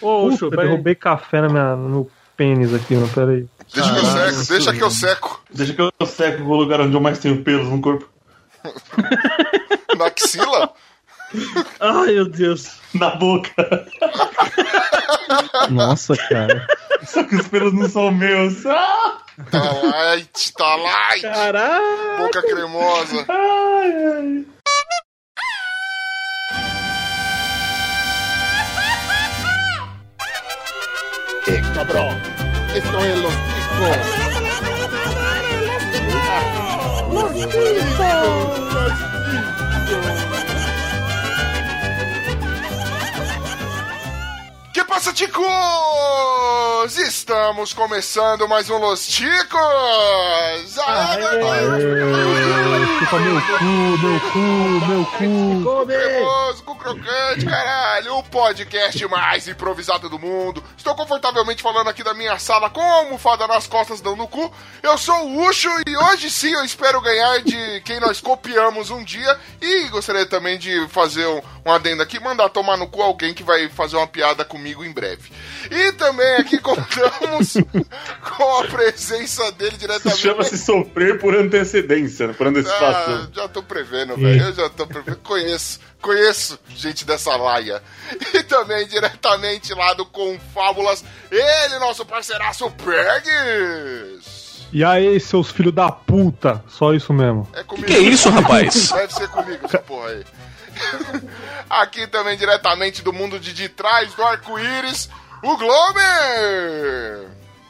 Ô, Puta, Ucho, peraí. derrubei café na minha, no meu pênis aqui, mano. Peraí. Deixa que eu Caralho, seco, deixa que eu seco. Deixa que eu seco o lugar onde eu mais tenho pelos no corpo. Na axila? Ai, meu Deus. Na boca. Nossa, cara. Só que os pelos não são meus. Ah! Tá light, tá light. Caralho. Boca cremosa. Ai, ai. Esto é los picos. Que passa, ticos? Estamos começando mais um Los Ticos! Aê, meu Deus! Aê, chupa meu cu, meu cu, meu cu. Come. Cremoso, com crocante, caralho! O podcast mais improvisado do mundo. Estou confortavelmente falando aqui da minha sala com a almofada nas costas dando no cu. Eu sou o Ucho e hoje sim eu espero ganhar de quem nós copiamos um dia. E gostaria também de fazer um, um adendo aqui, mandar tomar no cu alguém que vai fazer uma piada comigo em breve. E também aqui contamos com a presença dele Isso diretamente. chama-se sofrer por antecedência, né? por Ah, antecipação. já tô prevendo, velho. Eu já tô prevendo. Conheço, conheço gente dessa laia. E também diretamente lá do Confábulas, ele, nosso parceiraço Pergs. E aí, seus filhos da puta. Só isso mesmo. É comigo. Que isso, rapaz? Deve ser comigo essa porra aí. Aqui também diretamente do mundo de, de trás do arco-íris, o Glomer.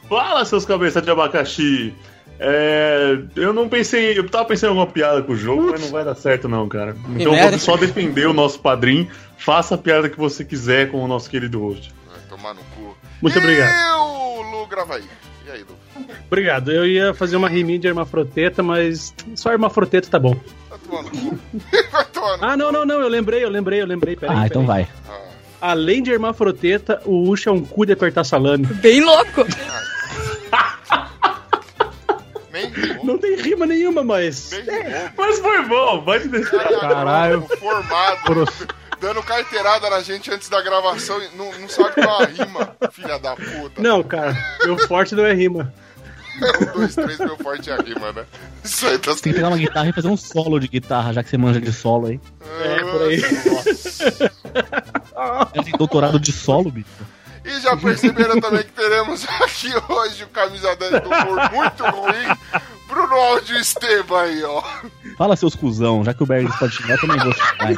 Fala, seus cabeças de abacaxi. É, eu não pensei. Eu tava pensando em alguma piada com o jogo, mas não vai dar certo, não, cara. Então eu merda. vou só defender o nosso padrinho. Faça a piada que você quiser com o nosso querido host. Vai tomar no cu. Muito obrigado. E o Lu Gravaí. E aí, Lu? Obrigado. Eu ia fazer uma riminha de hermafroteta, mas só hermafroteta tá bom. Vai tomar no cu. Vai tomar no cu. Ah, não, não, não. Eu lembrei, eu lembrei, eu lembrei. Peraí, Ah, peraí. então vai. Além de hermafroteta, o Ucho é um cu de apertar salame. Bem louco. Nem rimou. Não tem rima nenhuma, mas. Nem rimou. Mas foi bom, vai te deixar. Caralho. Formado. Pros- Dando carteirada na gente antes da gravação e não, não sabe qual é a rima, filha da puta. Não, cara, meu forte não é rima. Um, dois, três, meu forte é a rima, né? Isso aí tá Você tem que pegar uma guitarra e fazer um solo de guitarra, já que você manja de solo aí. É, por aí. Você tem doutorado de solo, bicho. E já perceberam também que teremos aqui hoje o camisa 10 do humor muito ruim, Bruno Áudio Esteban aí, ó. Fala, seus cuzão, já que o Bergs pode xingar, eu também vou xingar.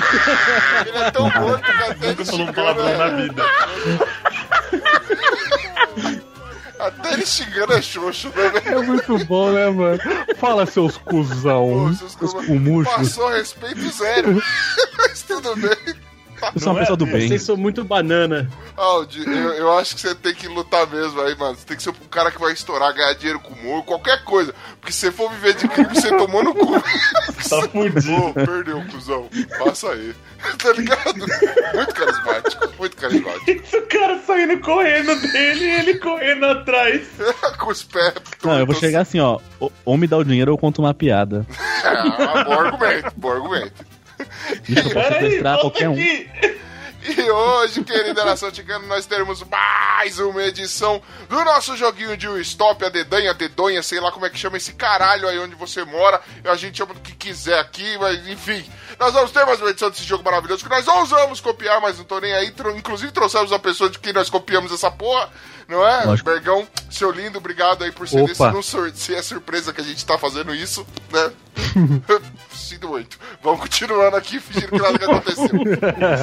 Ele é tão gordo que até ele Nunca falou um xingando, palavrão na é, vida. até ele xingando é xoxo, né, velho? É muito bom, né, mano? Fala, seus cuzão. Pô, Seus seus cuzão. cumuchos. Passou respeito zero. Mas tudo bem. Eu sou Não uma é, pessoa do bem. Vocês são muito banana. Aldi, eu, eu acho que você tem que lutar mesmo aí, mano. Você tem que ser um cara que vai estourar, ganhar dinheiro com humor, qualquer coisa. Porque se você for viver de crime, você tomou no cu. Tá fudido. Ô, perdeu, cuzão. Passa aí. tá ligado? Muito carismático, muito carismático. O cara saindo correndo dele e ele correndo atrás. Tá com os pés. Não, eu vou tortos. chegar assim, ó. o- Ou me dá o dinheiro ou eu conto uma piada. Ah, bom argumento, bom argumento. Bicho, eu posso sequestrar qualquer um. aqui. E hoje, querida nação ticana, nós teremos mais uma edição do nosso joguinho de stop, a dedanha, a dedonha, sei lá como é que chama esse caralho aí onde você mora. A gente chama do que quiser aqui, mas enfim. Nós vamos ter mais uma edição desse jogo maravilhoso que nós ousamos copiar, mas não tô nem aí. Tro- Inclusive trouxemos a pessoa de quem nós copiamos essa porra, não é? Lógico. Bergão, seu lindo, obrigado aí por ser Opa. desse, não sur- se é surpresa que a gente tá fazendo isso, né? Sinto muito. Vamos continuando aqui, fingindo que nada que aconteceu.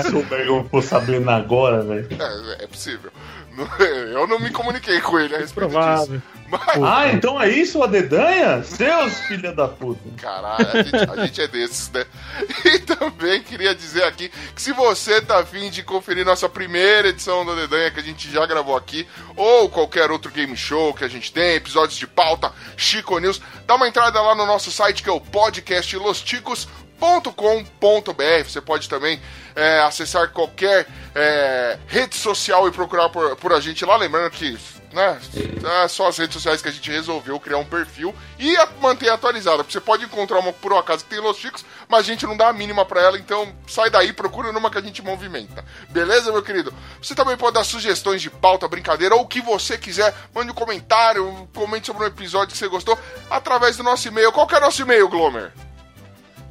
Se o Bergão for sabendo agora, velho. É, é possível. Não- Eu não me comuniquei com ele a respeito Provável. disso. Mas, Ah, então é isso, a dedanha? Seus filha da puta. caralho, a gente, a gente é desses, né? E também queria dizer aqui que se você tá afim de conferir nossa primeira edição da Dedanha que a gente já gravou aqui, ou qualquer outro game show que a gente tem, episódios de pauta, Chico News, dá uma entrada lá no nosso site que é o podcast Los Ticos www.radiofobia.com.br. Você pode também é, acessar qualquer é, rede social e procurar por, por a gente lá. Lembrando que né, é só as redes sociais que a gente resolveu criar um perfil e a- manter atualizada. Você pode encontrar uma por um acaso que tem Los Chicos, mas a gente não dá a mínima pra ela, então sai daí, procura numa que a gente movimenta. Beleza, meu querido? Você também pode dar sugestões de pauta, brincadeira ou o que você quiser. Mande um comentário, comente sobre um episódio que você gostou através do nosso e-mail. Qual que é o nosso e-mail, Glomer?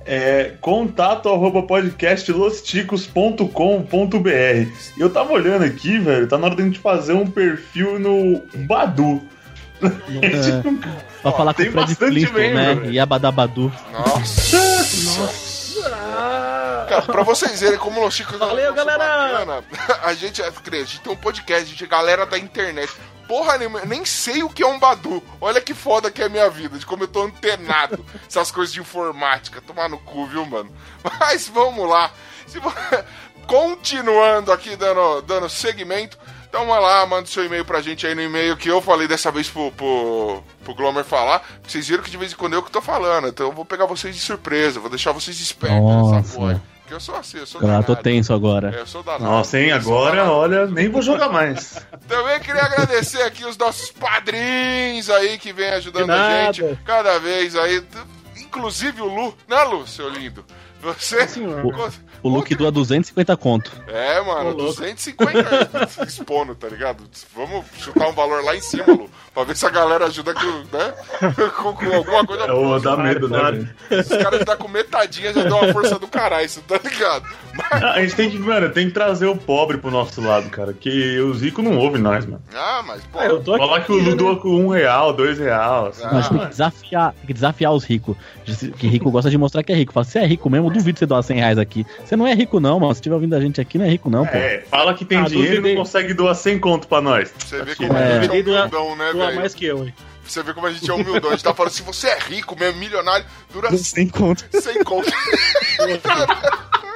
É contato arroba podcastlosticos.com.br. E eu tava olhando aqui, velho, tá na hora da gente fazer um perfil no Badu. É. Pra falar com tem o Fred bastante Flintstone, membro, né? velho. E Abadabadu. Ah, Nossa! Cara, pra vocês verem como o Los Chicos é um Valeu, negócio galera! bacana, a gente, é- a gente tem um podcast, gente, é galera da internet. Porra nenhuma, eu nem sei o que é um Badu. Olha que foda que é a minha vida, de como eu tô antenado. Essas coisas de informática. Tomar no cu, viu, mano? Mas vamos lá. Se vo- Continuando aqui, dando, dando segmento. Então vai lá, manda seu e-mail pra gente aí no e-mail que eu falei dessa vez pro, pro, pro Glomer falar. Vocês viram que de vez em quando eu que tô falando, então eu vou pegar vocês de surpresa, vou deixar vocês espertos nessa Nossa. porra. Porque eu sou assim, eu sou Cara, tô danado. tenso agora. né? É, eu sou danado. Nossa, hein? Eu sou Agora, danado. olha, nem vou jogar mais. Também queria agradecer aqui os nossos padrinhos aí que vem ajudando De a nada. gente cada vez aí. T- Inclusive o Lu, né, Lu, seu lindo? Você. senhor. O look doa 250 conto. É, mano, Ô, louco. 250 expono, tá ligado? Vamos chutar um valor lá em cima, Lu, pra ver se a galera ajuda com, né? com, com alguma coisa. É, ô, dá medo, né? claro. velho? Os caras tá com metadinha já deu uma força do caralho, isso tá ligado? Mas- Ah, A gente tem que, mano, tem que trazer o pobre pro nosso lado, cara. Que os ricos não ouvem nós, mano. ah, mas, pô, É, Eu tô né? Falar que o Lu doa com um real, dois real. assim. Ah, Mas tem que desafiar, tem que desafiar os ricos. Que rico gosta de mostrar que é rico. Fala, você é rico mesmo, eu duvido você doar 100 reais aqui. Você não é rico, não, mano. Se tiver ouvindo a gente aqui, não é rico, não, pô. É, fala que tem Ah, dinheiro e duvidei. não consegue doar 100 conto pra nós. você vê como É. a gente é Doa- humildão, né, doa velho? mais que eu, hein? Você vê como a gente é humildão. A gente tá falando, se você é rico mesmo, milionário, dura 100 conto. sem conta.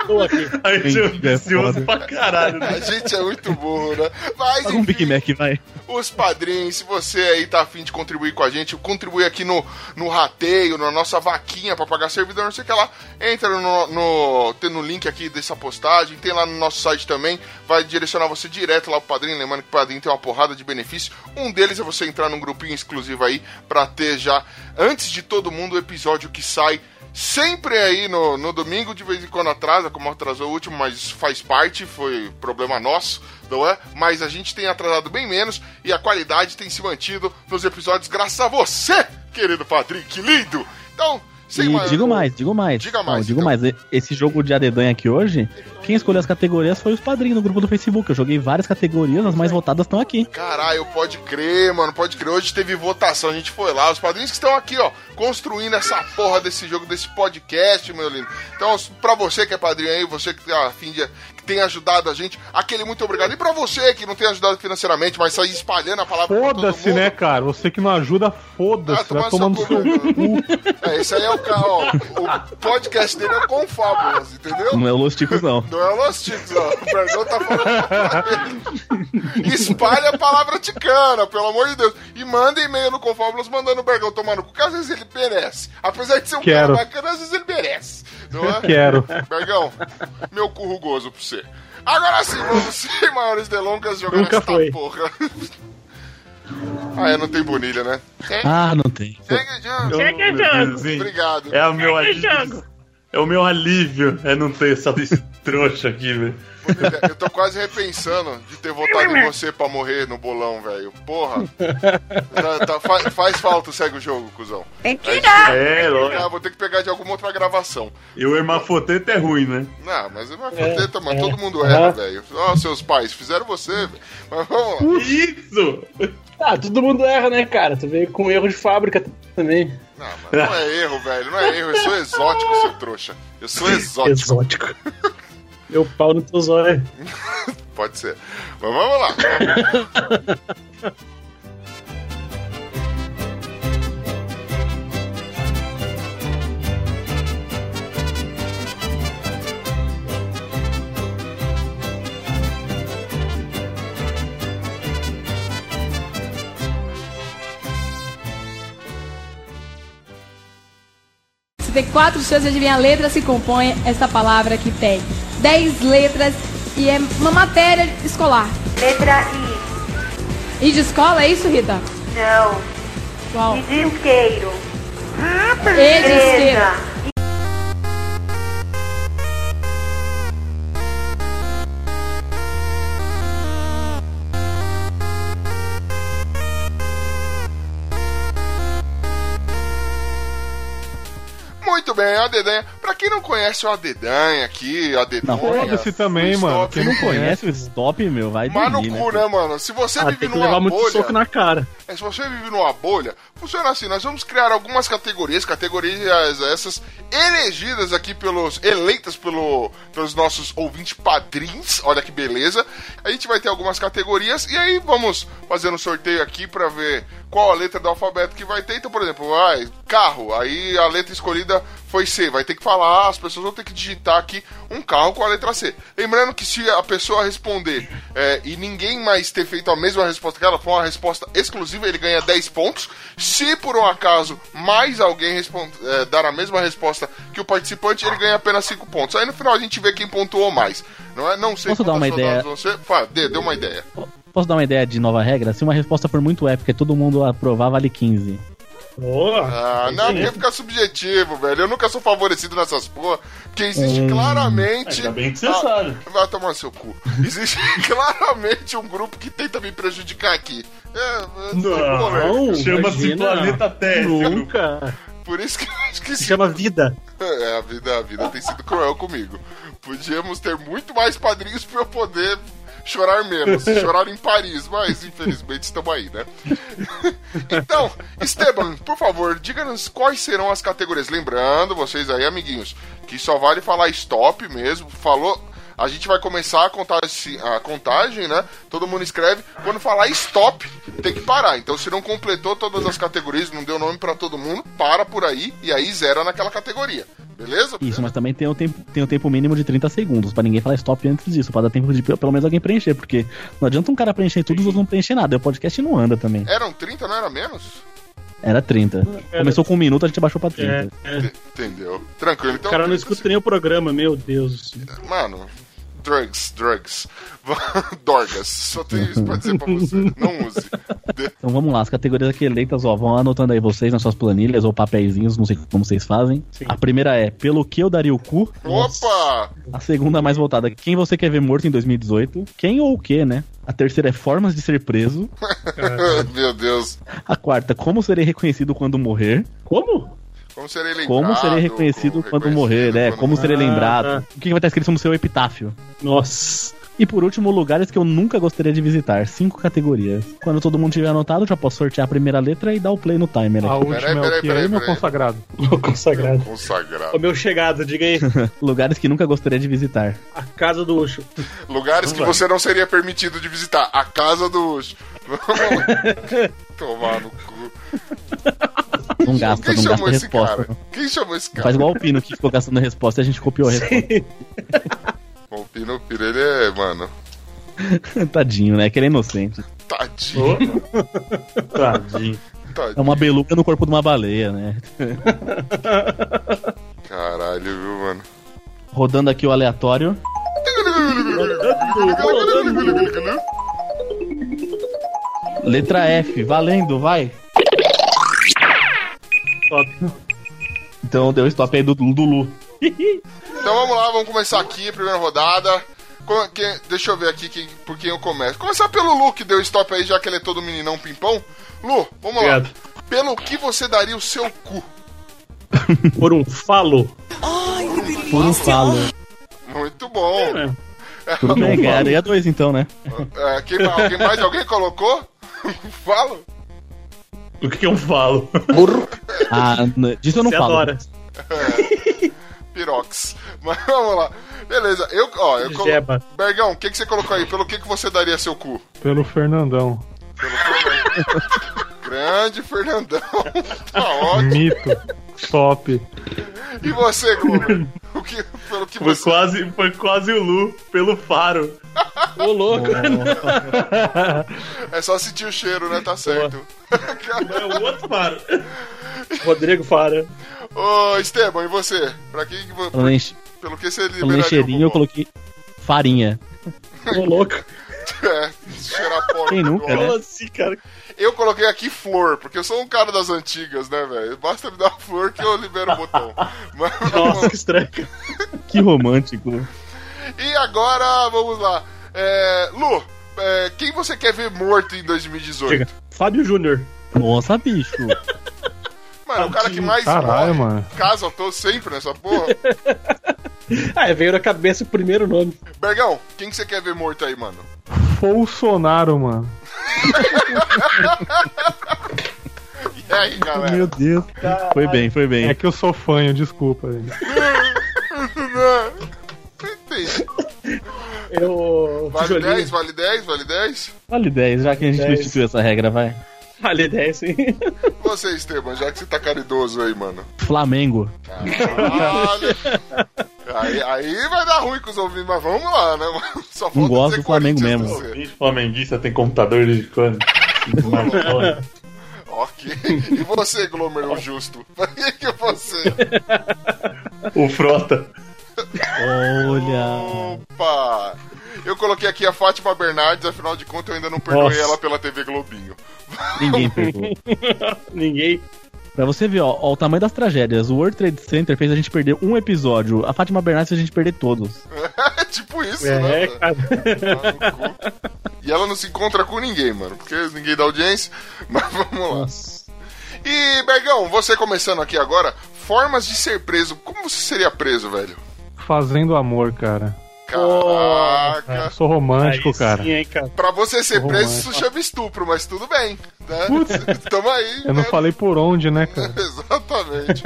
Tô aqui. A gente é Mentira, é ambicioso foda. pra caralho, né? A gente é muito burro, né? Mas, Paga um Big enfim, Mac, vai. os padrinhos, se você aí tá afim de contribuir com a gente, contribui aqui no, no rateio, na nossa vaquinha pra pagar servidor, não sei o que lá. Entra no, no, tem no link aqui dessa postagem, tem lá no nosso site também, vai direcionar você direto lá pro padrinho, lembrando que o padrinho tem uma porrada de benefícios. Um deles é você entrar num grupinho exclusivo aí pra ter já, antes de todo mundo, o episódio que sai sempre aí no, no domingo, de vez em quando atrasa, como atrasou o último, mas faz parte, foi problema nosso, não é? Mas a gente tem atrasado bem menos e a qualidade tem se mantido nos episódios graças a você, querido Patrick, que lindo! Então, sem E digo mais, digo mais. Diga Não, mais, digo então. mais. E- Esse jogo de adedanha aqui hoje, quem escolheu as categorias foi os padrinhos no grupo do Facebook. Eu joguei várias categorias, as mais votadas estão aqui. Caralho, pode crer, mano, pode crer. Hoje teve votação, a gente foi lá. Os padrinhos que estão aqui, ó, construindo essa porra desse jogo, desse podcast, meu lindo. Então, pra você que é padrinho aí, você que tá afim de. que tem ajudado a gente, aquele muito obrigado. E pra você que não tem ajudado financeiramente, mas sai espalhando a palavra pra todo Foda-se, mundo. né, cara? Você que não ajuda, Ah, foda-se. tomar Vai tomando seu seu cu. É, esse aí é o cara, ó. O podcast dele é com Fábulas, entendeu? Não é o Los Ticos, não. Não é Los Chicos, ó. O Bergão tá falando. Espalha a palavra ticana, pelo amor de Deus. E manda e-mail no Confórmulas mandando o Bergão tomar no cu, que às vezes ele merece. Apesar de ser um Quero. cara bacana, às vezes ele merece. Não é? Quero. Bergão, meu cu rugoso pra você. Agora sim, vamos sem maiores delongas jogar Nunca esta foi. porra. Ah, é, não tem bonilha, né? Tem, Ah, não tem. segue, John. Eu- meu Deusinho, Obrigado. É o meu alívio. É o meu alívio. É não ter essa desse trouxa aqui, né? velho. Eu tô quase repensando de ter votado em você pra morrer no bolão, velho. Porra. Tá- tá- fa- faz falta, o segue o jogo, cuzão. É, Ah, lógico. vou ter que pegar de alguma outra gravação. E o hermafoteto é ruim, né? Não, mas é uma foteta, mano. Todo mundo erra, velho. Ó, seus pais, fizeram você, velho. Mas vamos lá. Isso! Ah, todo mundo erra, né, cara? Tu veio com erro de fábrica também. Não, mas não é erro, velho. Não é erro. Eu sou exótico, seu trouxa. Eu sou exótico. Exótico. Meu pau no teu zóio. Pode ser. Mas vamos lá. Você tem quatro chances de adivinhar a letra se compõe essa palavra que tem dez letras e é uma matéria escolar. Letra I. E de escola, é isso, Rita? Não. Qual? E de isqueiro. E de esquerda. Muito bem, a Dedanha. Pra quem não conhece o Adedanha aqui, a Dedanha. Não, Foda-se também, o mano. stop, Quem não conhece. Conhece o stop, meu? Vai Mas no dormir, né? cu, né, mano? Se você Ah, vive tem que numa levar muito bolha. soco na cara. É, se você vive numa bolha, funciona assim: nós vamos criar algumas categorias, categorias essas elegidas aqui pelos. eleitas pelo, pelos nossos ouvintes padrinhos, olha que beleza. A gente vai ter algumas categorias e aí vamos fazendo um sorteio aqui pra ver qual a letra do alfabeto que vai ter. Então, por exemplo, vai, carro, aí a letra escolhida foi C, vai ter que falar, as pessoas vão ter que digitar aqui um carro com a letra C. Lembrando que se a pessoa responder é, e ninguém mais ter feito a mesma resposta que ela, for uma resposta exclusiva, ele ganha 10 pontos. Se por um acaso mais alguém respon- é, dar a mesma resposta que o participante, ele ganha apenas 5 pontos. Aí no final a gente vê quem pontuou mais. Não, é, não sei Posso dar quantas uma ideia? rodadas vão ser. Fala, dê, dê uma ideia. Posso dar uma ideia de nova regra? Se uma resposta for muito épica e todo mundo aprovar, vale 15. Boa. Ah, não, porque fica subjetivo, velho. Eu nunca sou favorecido nessas porra, porque existe Hum. claramente. Ainda bem que você Ah, sabe. Vai tomar no seu cu. Existe claramente um grupo que tenta me prejudicar aqui. É, É, sem polêmica. Não, Chama-se imagina. Planeta Terra. esse grupo. Nunca. Por isso que eu acho que Se esse chama vida. É, a vida, a vida tem sido cruel comigo. Podíamos ter muito mais padrinhos pra eu poder chorar menos. Chorar em Paris, mas infelizmente estamos aí, né? Então, Esteban, por favor, diga-nos quais serão as categorias. Lembrando, vocês aí, amiguinhos, que só vale falar stop mesmo. Falou. A gente vai começar a, contar esse- a contagem, né? Todo mundo escreve. Quando falar stop, tem que parar. Então, se não completou todas as categorias, não deu nome pra todo mundo, para por aí e aí zera naquela categoria. Beleza? Isso, mas também tem o tempo, tem o tempo mínimo de 30 segundos, pra ninguém falar stop antes disso, pra dar tempo de pe- pelo menos alguém preencher, porque não adianta um cara preencher tudo e os outros não preencher nada, o podcast não anda também. Eram 30, não era menos? Era 30. Começou com um minuto, a gente baixou pra 30. É, é. Entendeu? Tranquilo. Então, O cara não 30 escuta nem o programa, meu Deus. Mano, drugs, drugs. Dorgas. Só tenho isso pra dizer pra você. Não use. De- Então vamos lá, as categorias aqui eleitas, ó, vão anotando aí vocês nas suas planilhas ou papeizinhos, não sei como vocês fazem. A primeira é pelo que eu daria o cu. Opa! A segunda mais voltada, quem você quer ver morto em 2018? Quem ou o que, né? A terceira é formas de ser preso. Meu Deus. A quarta, como serei reconhecido quando morrer? Como? Como serei lembrado? Como serei reconhecido como quando reconhecido morrer, né? quando- Como serei Ah, lembrado? tá. O que que vai estar escrito no seu epitáfio? Nossa. E por último, lugares que eu nunca gostaria de visitar. Cinco categorias. Quando todo mundo tiver anotado, já posso sortear a primeira letra e dar o play no timer A aqui. última Peraí, é peraí, o que peraí, aí, meu peraí. consagrado? Ô, consagrado. Ô, Consagrado. meu chegado, diga aí. Lugares que nunca gostaria de visitar. A casa do Ucho. Lugares que você não seria permitido de visitar. A casa do Ucho. Tomar no cu. Não gasta, Quem não chamou gasta esse resposta. cara? Quem chamou esse cara? Faz igual o Pino que ficou gastando resposta e a gente copiou a resposta. Bom, O Pino Pino, ele é, mano, Tadinho, né? Que ele é inocente. tadinho, Tadinho. É tadinho. uma beluga no corpo de uma baleia, né? Caralho, viu, mano? Rodando aqui o aleatório. Letra F, valendo, vai. Top. Então deu stop aí do, do Lu. Então vamos lá, vamos começar aqui, primeira rodada. Co- quem- deixa eu ver aqui quem- por quem eu começo. Começar pelo Lu, que deu stop aí, já que ele é todo meninão pimpão. Lu, vamos lá. Obrigado. Pelo que você daria o seu cu? Por um falo. Por um falo. Muito bom. É. Tudo Tá bem, ganharia dois então, né? É, quem, mais- alguém mais? Alguém colocou? Fala. O que, que um eu falo? Ah, n- disso eu não Você falo. adora. Pirox. Mas vamos lá. Beleza, eu, ó, eu colo... Jeba. Bergão, o que, que você colocou aí? Pelo que, que você daria seu cu? Pelo Fernandão. Grande Fernandão. tá ótimo. Mito. Top. E você, Glover? O que, pelo que Foi você. quase, foi quase o Lu pelo faro. Ô, louco. É só sentir o cheiro, né? Tá certo. É o outro faro. Rodrigo Fara. Ô, Esteban, e você? Pra quem que vo- Falando em, che- Pelo que você falando em liberaria o cheirinho, eu cupom? coloquei farinha. Ô, louco. É, cheirar pó. Quem nunca, né? Como assim, cara? Eu coloquei aqui flor, porque eu sou um cara das antigas, né, velho? Basta me dar uma flor que eu libero o botão. Mas- Nossa, que estranho. Que romântico. E agora, vamos lá. É, Lu, é, quem você quer ver morto em 2018? Chega. Fábio Júnior. Nossa, bicho. Mano, o cara que mais Caralho, mano. Caso eu tô sempre nessa porra. Ah, veio na cabeça o primeiro nome. Bergão, quem que você quer ver morto aí, mano? Bolsonaro, mano. E aí, galera? Deus. Foi bem, foi bem. É que eu sou fanho, desculpa. velho. Entendi. Eu. Vale tijolinho. 10, vale 10, vale 10. Vale 10, já que a gente Dez. instituiu essa regra, vai. Vale 10, hein? Você, Esteban, já que você tá caridoso aí, mano. Flamengo. Caralho. Aí, aí vai dar ruim com os ouvintes, mas vamos lá, né? mano? Só falta gosto dizer do Flamengo Corinthians mesmo. pra você. Gente flamenguista tem computador de quando? Smartphone. Ok. E você, Glomer, o justo? Por que que você? o Frota. Olha. Opa! Eu coloquei aqui a Fátima Bernardes, afinal de contas eu ainda não perdoei Nossa. ela pela TV Globinho. Ninguém perdoou. Ninguém. Pra você ver, ó, ó, o tamanho das tragédias. O World Trade Center fez a gente perder um episódio. A Fátima Bernardes fez a gente perder todos. É tipo isso, É, né? cara. Tá no cu. E ela não se encontra com ninguém, mano, porque ninguém dá audiência. Mas vamos lá. Nossa. E, Bergão, você começando aqui agora, formas de ser preso. Como você seria preso, velho? Fazendo amor, cara. Eu Caraca. sou romântico, Aí cara. Sim, hein, cara. Pra você ser Porra, preso, mano. isso chama estupro, mas tudo bem. Né? Putz. Tamo aí. Eu não né? falei por onde, né, cara? Exatamente.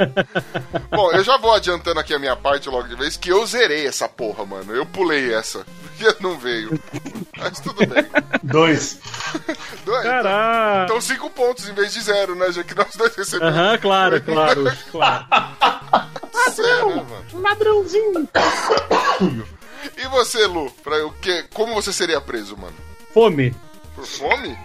Bom, eu já vou adiantando aqui a minha parte logo de vez, que eu zerei essa porra, mano. Eu pulei essa. Porque não veio. Mas tudo bem. Dois. Dois. Caraca. Então cinco pontos em vez de zero, né? Já que nós dois recebemos Aham, claro, claro, claro. zero, né, mano. Ladrãozinho. E você, Lu? Pra o quê? Como você seria preso, mano? Fome. Por fome?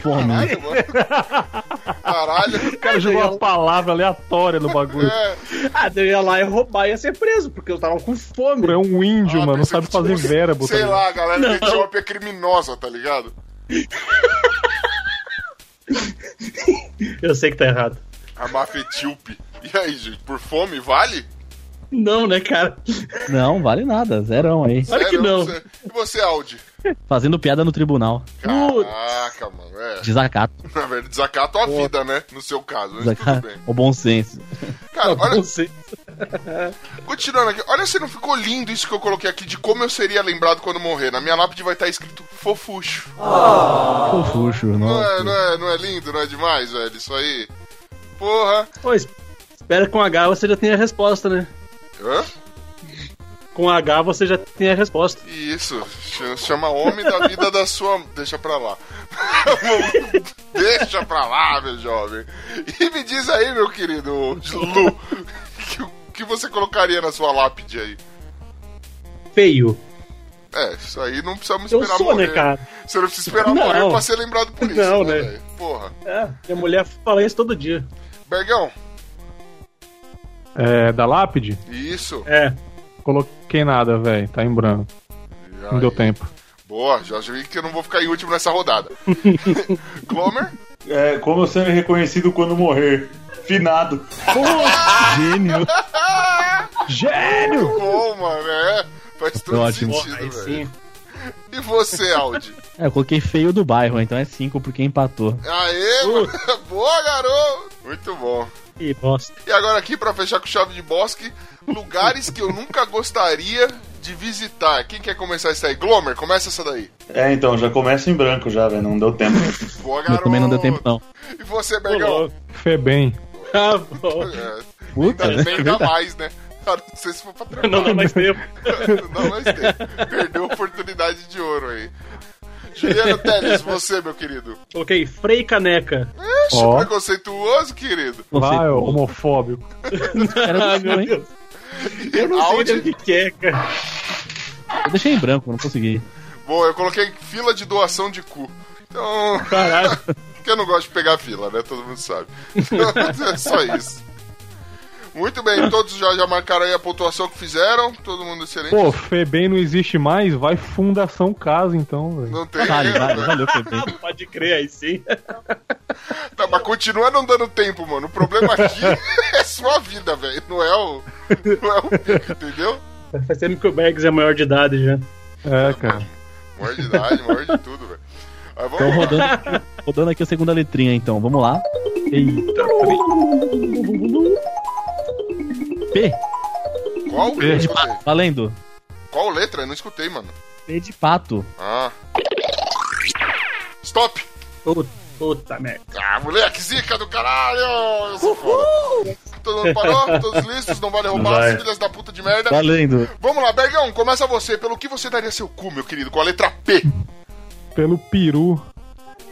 Fome. Caralho, mano. Caralho. O cara jogou uma palavra aleatória no bagulho. É, Ah, eu ia lá e roubar e ia ser preso, porque eu tava com fome. É um índio, Ah, mano. Não pensei sabe que, fazer tipo, verbo. Sei tá lá, a galera da Etiópia é criminosa, tá ligado? Eu sei que tá errado. A máfia etíope. E aí, gente? Por fome, vale? Não, né, cara? Não, vale nada. Zerão aí. Claro que não. É, Você... E você, Aldi? Fazendo piada no tribunal. Caraca, mano. É. Desacato. Na verdade, desacato a vida, né? No seu caso, mas Desacato. tudo bem. O bom senso. Cara, olha, Não sei. continuando aqui, olha se não ficou lindo isso que eu coloquei aqui de como eu seria lembrado quando morrer. Na minha lápide vai estar escrito fofucho. Ah. Fofuxo. Não é, Nossa. não, é, não é lindo, não é demais, velho? Isso aí. Porra. Pô, es- espero que com H você já tenha a resposta, né? Hã? Com H você já tem a resposta. E Isso. Ch- Chama homem da vida da sua. Deixa pra lá. Deixa pra lá, meu jovem. E me diz aí, meu querido Lu, que- o que você colocaria na sua lápide aí? Feio. É, isso aí não precisamos Eu esperar sou, morrer. né, cara? Você não precisa esperar Não. morrer pra ser lembrado por isso. Não, né? né? velho? Porra. É, minha mulher fala isso todo dia. Bergão, ligado? É, da lápide? isso. É. Coloquei nada, velho. Tá em branco. Não deu Aí. tempo. Boa, já vi que eu não vou ficar em último nessa rodada. Glomer? É, como eu sendo reconhecido quando morrer. Finado. assim? Gênio. Gênio! Bom, um mano, é. Faz todo Ótimo. sentido, Aí velho. sim. E você, Aldi? É, eu coloquei feio do bairro, então é 5 porque empatou. Aê, mano. boa, garoto. Muito bom. Que bosta. E agora aqui, pra fechar com chave de bosque, lugares que eu nunca gostaria de visitar. Quem quer começar isso aí? Glomer, começa essa daí. É, então, já começa em branco já, velho. Não deu tempo. Boa, Eu garoto. também não deu tempo, não. E você, Ô, Bergão? louco. Febem. Ah, bom. É, Puta, Ainda, né? bem, ainda mais, né? Ah, Não sei se for pra trabalhar. Não dá mais tempo. Não, mas tem. Perdeu a oportunidade de ouro aí. Juliano Teles, você, meu querido. Coloquei freio e caneca. Ixi, Ó. preconceituoso, querido. Vai, ô, homofóbico. Ah, meu Deus. Eu não sei Audi. nem o que que é, cara. Eu deixei em branco, não consegui. Bom, eu coloquei fila de doação de cu. Então, Caralho. porque eu não gosto de pegar fila, né? Todo mundo sabe. Então, é só isso. Muito bem, todos já, já marcaram aí a pontuação que fizeram. Todo mundo excelente. Pô, Febem não existe mais, vai Fundação Casa então, velho. Não tá tem. né? Vale, vale, valeu, Febem. Pode crer aí sim. Tá, mas continua não dando tempo, mano. O problema aqui é sua vida, velho. Não é o. Não é o pico, entendeu? Faz tempo que o Bergs é maior de idade já. É, cara. Maior de idade, maior de tudo, velho. Mas vamos Então lá. rodando, aqui- rodando aqui a segunda letrinha, então. Vamos lá. Eita. P, Qual É. letra? eu escutei? valendo. Qual letra? Eu não escutei, mano. P de pato. Ah. Stop! Puta, puta merda. Ah, moleque, zica do caralho! Eu sou foda. Todo mundo parou? Todos listos? Não vale roubar, Vai. as filhas da puta de merda. Valendo. Vamos lá, Bergão, começa você. Pelo que você daria seu cu, meu querido? Com a letra P. Pelo peru.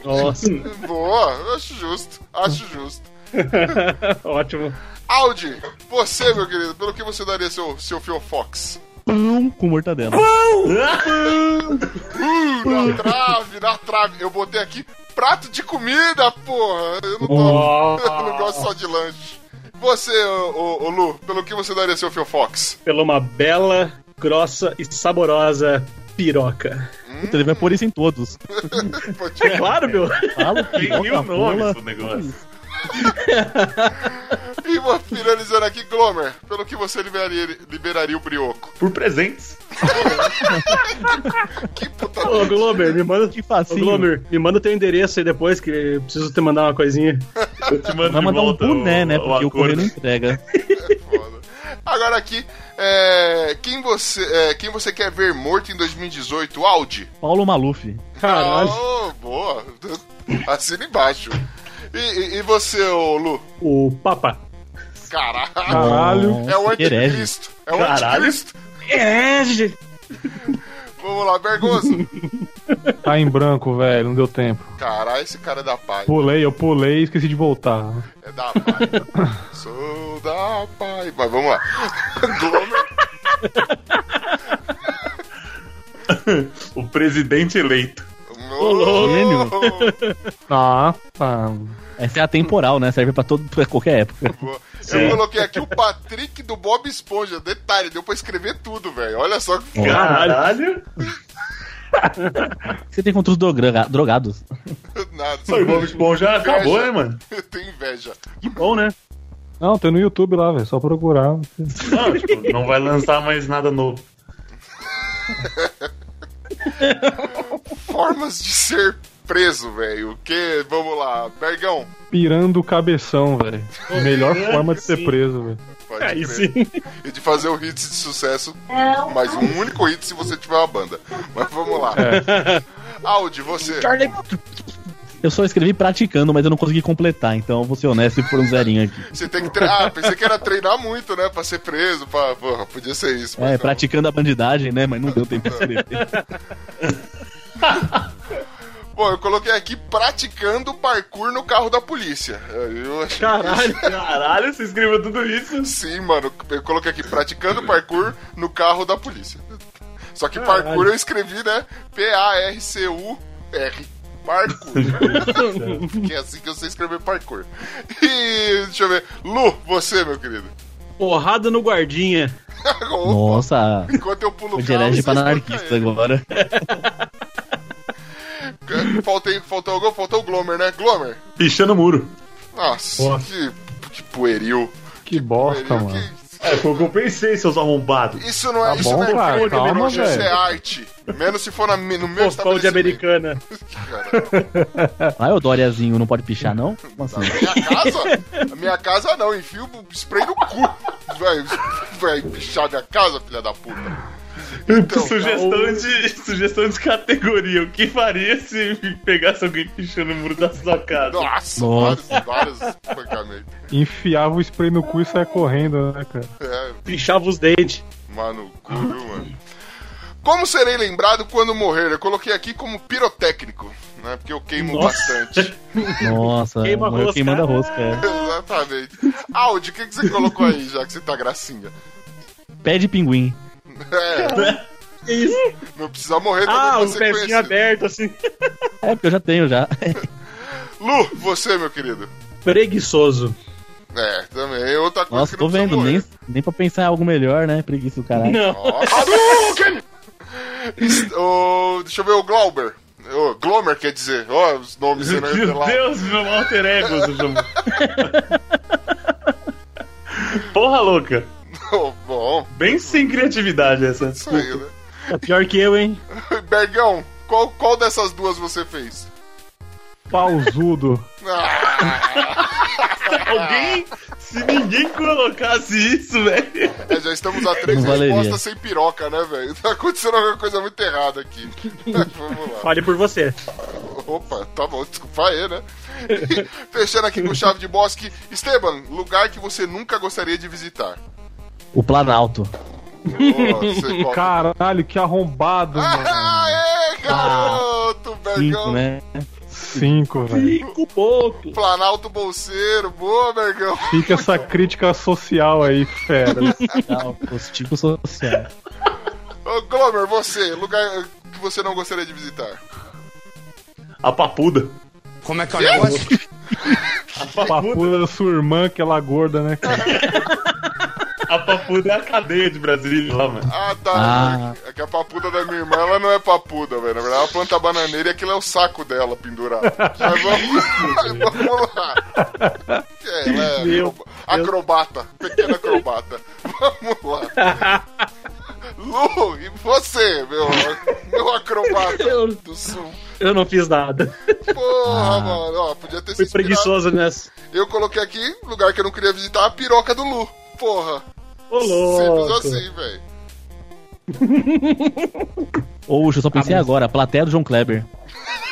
Nossa, Boa, eu acho justo. Acho justo. ótimo. Audi, você, meu querido, pelo que você daria seu, seu Fiofox? Pum, com mortadela. Uh, na trave, na trave. Eu botei aqui prato de comida, porra. Eu não, tô, eu não gosto só de lanche. Você, ô, ô, ô, Lu, pelo que você daria seu Fiofox? Pela uma bela, grossa e saborosa piroca. Puta, Ele vai pôr isso em todos. Pode- É claro, meu. Fala, Tem mil nomes Coca-Cola. o negócio. E vou finalizando aqui, Glomer, pelo que você liberaria, liberaria o brioco? Por presentes. Que puta Ô, Glomer, me manda... Que Ô, facinho. Glomer, me manda teu endereço aí depois, que eu preciso te mandar uma coisinha. Eu te mando Vai de mandar um volta boné, né? Porque o acordo. correio não entrega. foda. Agora aqui, é, quem, você, é, quem você quer ver morto em 2018? Audi? Paulo Maluf. Caralho. Oh, boa. Assina embaixo. E, e- e você, ô Lu? O Papa. Caralho. Caralho. Nossa, É o que herege. anticristo. É o Caralho. anticristo. É, Vamos lá, Bergoso. Tá em branco, velho, não deu tempo. Caralho, esse cara é da paz. Pulei, eu pulei e esqueci de voltar. É da paz. Sou da paz. Mas vamos lá. Glomer. O presidente eleito. Gênio. Ah, tá. Essa é atemporal, né? Serve pra, todo, pra qualquer época. Eu coloquei aqui o Patrick do Bob Esponja. Detalhe, deu pra escrever tudo, velho. Olha só que Caralho. O que Você tem contra os droga- drogados. nada. Só Só o Bob Esponja acabou, né, mano? Eu tenho inveja. Que bom, né? Não, tem no YouTube lá, velho, só procurar. Não, tipo, não vai lançar mais nada novo. Formas de ser preso, velho. O que? Vamos lá, Bergão. Pirando o cabeção, velho. Melhor Pirando, forma de ser sim. preso, velho. Pode Aí crer. sim. E de fazer um hit de sucesso. Mas um único hit se você tiver uma banda. Mas vamos lá. É. Audi, você. Eu só escrevi praticando, mas eu não consegui completar, então eu vou ser honesto e pôr um zerinho aqui. Você tem que treinar. Ah, pensei que era treinar muito, né? Pra ser preso. Pra... Porra, podia ser isso. mas É, não. praticando a bandidagem, né? Mas não deu tempo de escrever. Bom, eu coloquei aqui praticando parkour no carro da polícia. Eu achei Caralho. Caralho, você escreveu tudo isso. Sim, mano. Eu coloquei aqui praticando parkour no carro da polícia. Só que parkour eu escrevi, né? P-A-R-C-U-R. Parkour. que é assim que eu sei escrever parkour. E deixa eu ver. Lu, você, meu querido. Porrada no guardinha. Nossa, Enquanto eu pulo o o carro, gerente vocês pra tocam anarquista ele. agora. né? Faltei, faltou algum? Faltou o Glomer, né? Glomer. Pichando o muro. Nossa, que, que pueril. Que bosta, Pueril, mano. que- É, foi o que eu pensei, seus arrombados. Isso não é, Tá isso bom, não é cara, crime, calma, meu irmão, Isso é velho. arte. Menos se for na, no meu Pão de estabelecimento. americana. Cara, Ah, o Doriazinho, não pode pichar, não? Como assim? Na minha casa? A minha casa não, enfio o spray no cu. Vai, vai pichar minha casa, filha da puta. Então, tá Sugestão de, sugestão de categoria. O que faria se pegasse alguém pichando o muro da sua casa? nossa, Nossa. vários, vários pancamentos. Enfiava o spray no cu e saia correndo, né, cara? É, Pichava os dentes. mano, cu, viu, mano? Como serei lembrado quando morrer? Eu coloquei aqui como pirotécnico, né? Porque eu queimo Nossa. bastante. Nossa, Queima morreu rosca. queimando a rosca. é. Exatamente. Audi, o que, que você colocou aí, já que você tá gracinha? Pé de pinguim. É, Que isso? não precisa morrer também Ah, pra os ser pezinhos conhecido. abertos, assim. É, porque eu já tenho já. Lu, você, meu querido. Preguiçoso. É, também. É outra coisa Nossa, que não tô precisa vendo, morrer. nem, nem pra pensar em algo melhor, né? Preguiça do caralho. Nossa. Hadouken! Est- ô, deixa eu ver o Glauber. Ô, Glomer quer dizer. Ó, os nomes sendo Meu revelados. Deus, meu alter ego. eu chamo. Porra louca. Ô, Bom, Bem sem criatividade essa. isso aí, né? Tá pior que eu, hein? Bergão, qual, qual dessas duas você fez? Pausudo. Ah, Alguém, se ninguém colocasse isso, velho. é, já estamos a três Não valeria. respostas sem piroca, né, velho? Tá acontecendo alguma coisa muito errada aqui. é Vamos lá. Fale por você. Opa, tá bom, desculpa aí, né? Fechando aqui com chave de bosque. Esteban, lugar que você nunca gostaria de visitar. O Planalto. Ô, você coloca- Caralho, que arrombado, mano. Aê, garoto, um Cinco, Bergão. né? Cinco, velho. Fico um pouco. Planalto Bolseiro, boa, Bergão. Fica essa crítica social aí, fera. Não, positivo social. Ô, Glomer, você, lugar que você não gostaria de visitar. A papuda. Como é que é o negócio? A papuda, Papuda da sua irmã, que ela é gorda, né, cara? a papuda é a cadeia de Brasília lá, mano. Ah, tá. Ah. É que a papuda da minha irmã, ela não é papuda, velho. Na verdade, ela planta bananeira e aquilo é o saco dela pendurado. Mas vamos, vamos lá. É, ela é acroba- acrobata, pequena acrobata. Vamos lá. Lu, e você, meu, meu acrobata Eu- do sul? Eu não fiz nada. Porra, mano, ó, podia ter Fui inspirado. preguiçoso nessa. Eu coloquei aqui, lugar que eu não queria visitar, a piroca do Lu. Porra, Ô, simples louco. assim, velho. Ou, eu só Ah, pensei agora, a plateia do João Kleber.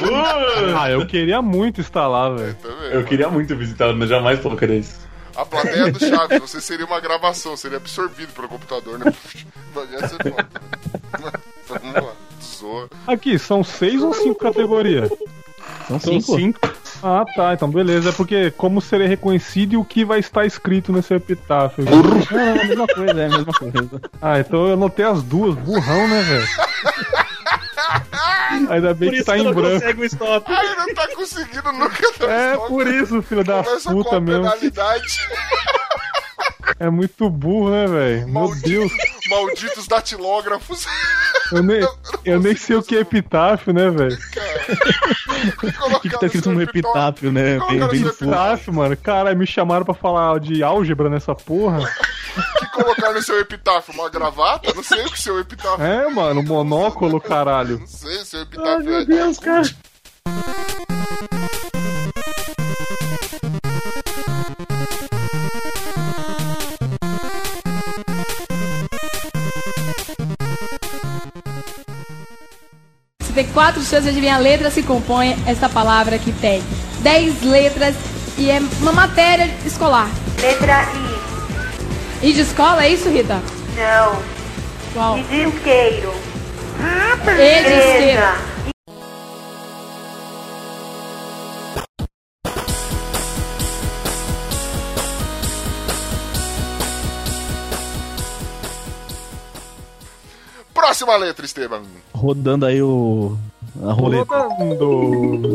Uh, Ah, eu queria muito estar lá, velho. Tá vendo? eu queria muito visitar, mas jamais colocaria isso. A plateia do Chaves, você seria uma gravação, seria absorvido pelo computador, né? Mas Ia ser foda. Vamos lá, zoa. Aqui, são seis ou cinco categorias? São São cinco? cinco. Ah, tá, então beleza. É porque como serei reconhecido e o que vai estar escrito nesse epitáfio. Não, é a mesma coisa, é a mesma coisa. Ah, então eu anotei as duas, burrão, né, velho? Ainda bem Por que isso tá que em não branco. consegue o stop. Ai, não tá conseguindo nunca dar É stop. por isso, filho da Começa com puta a mesmo. penalidade. É muito burro, né, velho? Meu Maldito. Deus, Malditos datilógrafos. eu nem, eu nem sei o que é epitáfio, né, velho? O que, que tá escrito no epitáfio, né? Bem, Colocaram bem no seu no fundo. Epitáfio, mano. Caralho, me chamaram pra falar de álgebra nessa porra. O que colocar no seu epitáfio? Uma gravata? Não sei o que seu epitáfio É, mano, monóculo, caralho. Não sei, seu Ai, epitáfio meu é. Deus, cara. Você tem quatro chances de adivinhar a letra se compõe essa palavra que tem 10 letras e é uma matéria escolar. Letra I. E de escola, é isso, Rita? Não. Qual? E de isqueiro. E de esquerda. Próxima letra, Esteban. Rodando aí o. A roleta. Rolando.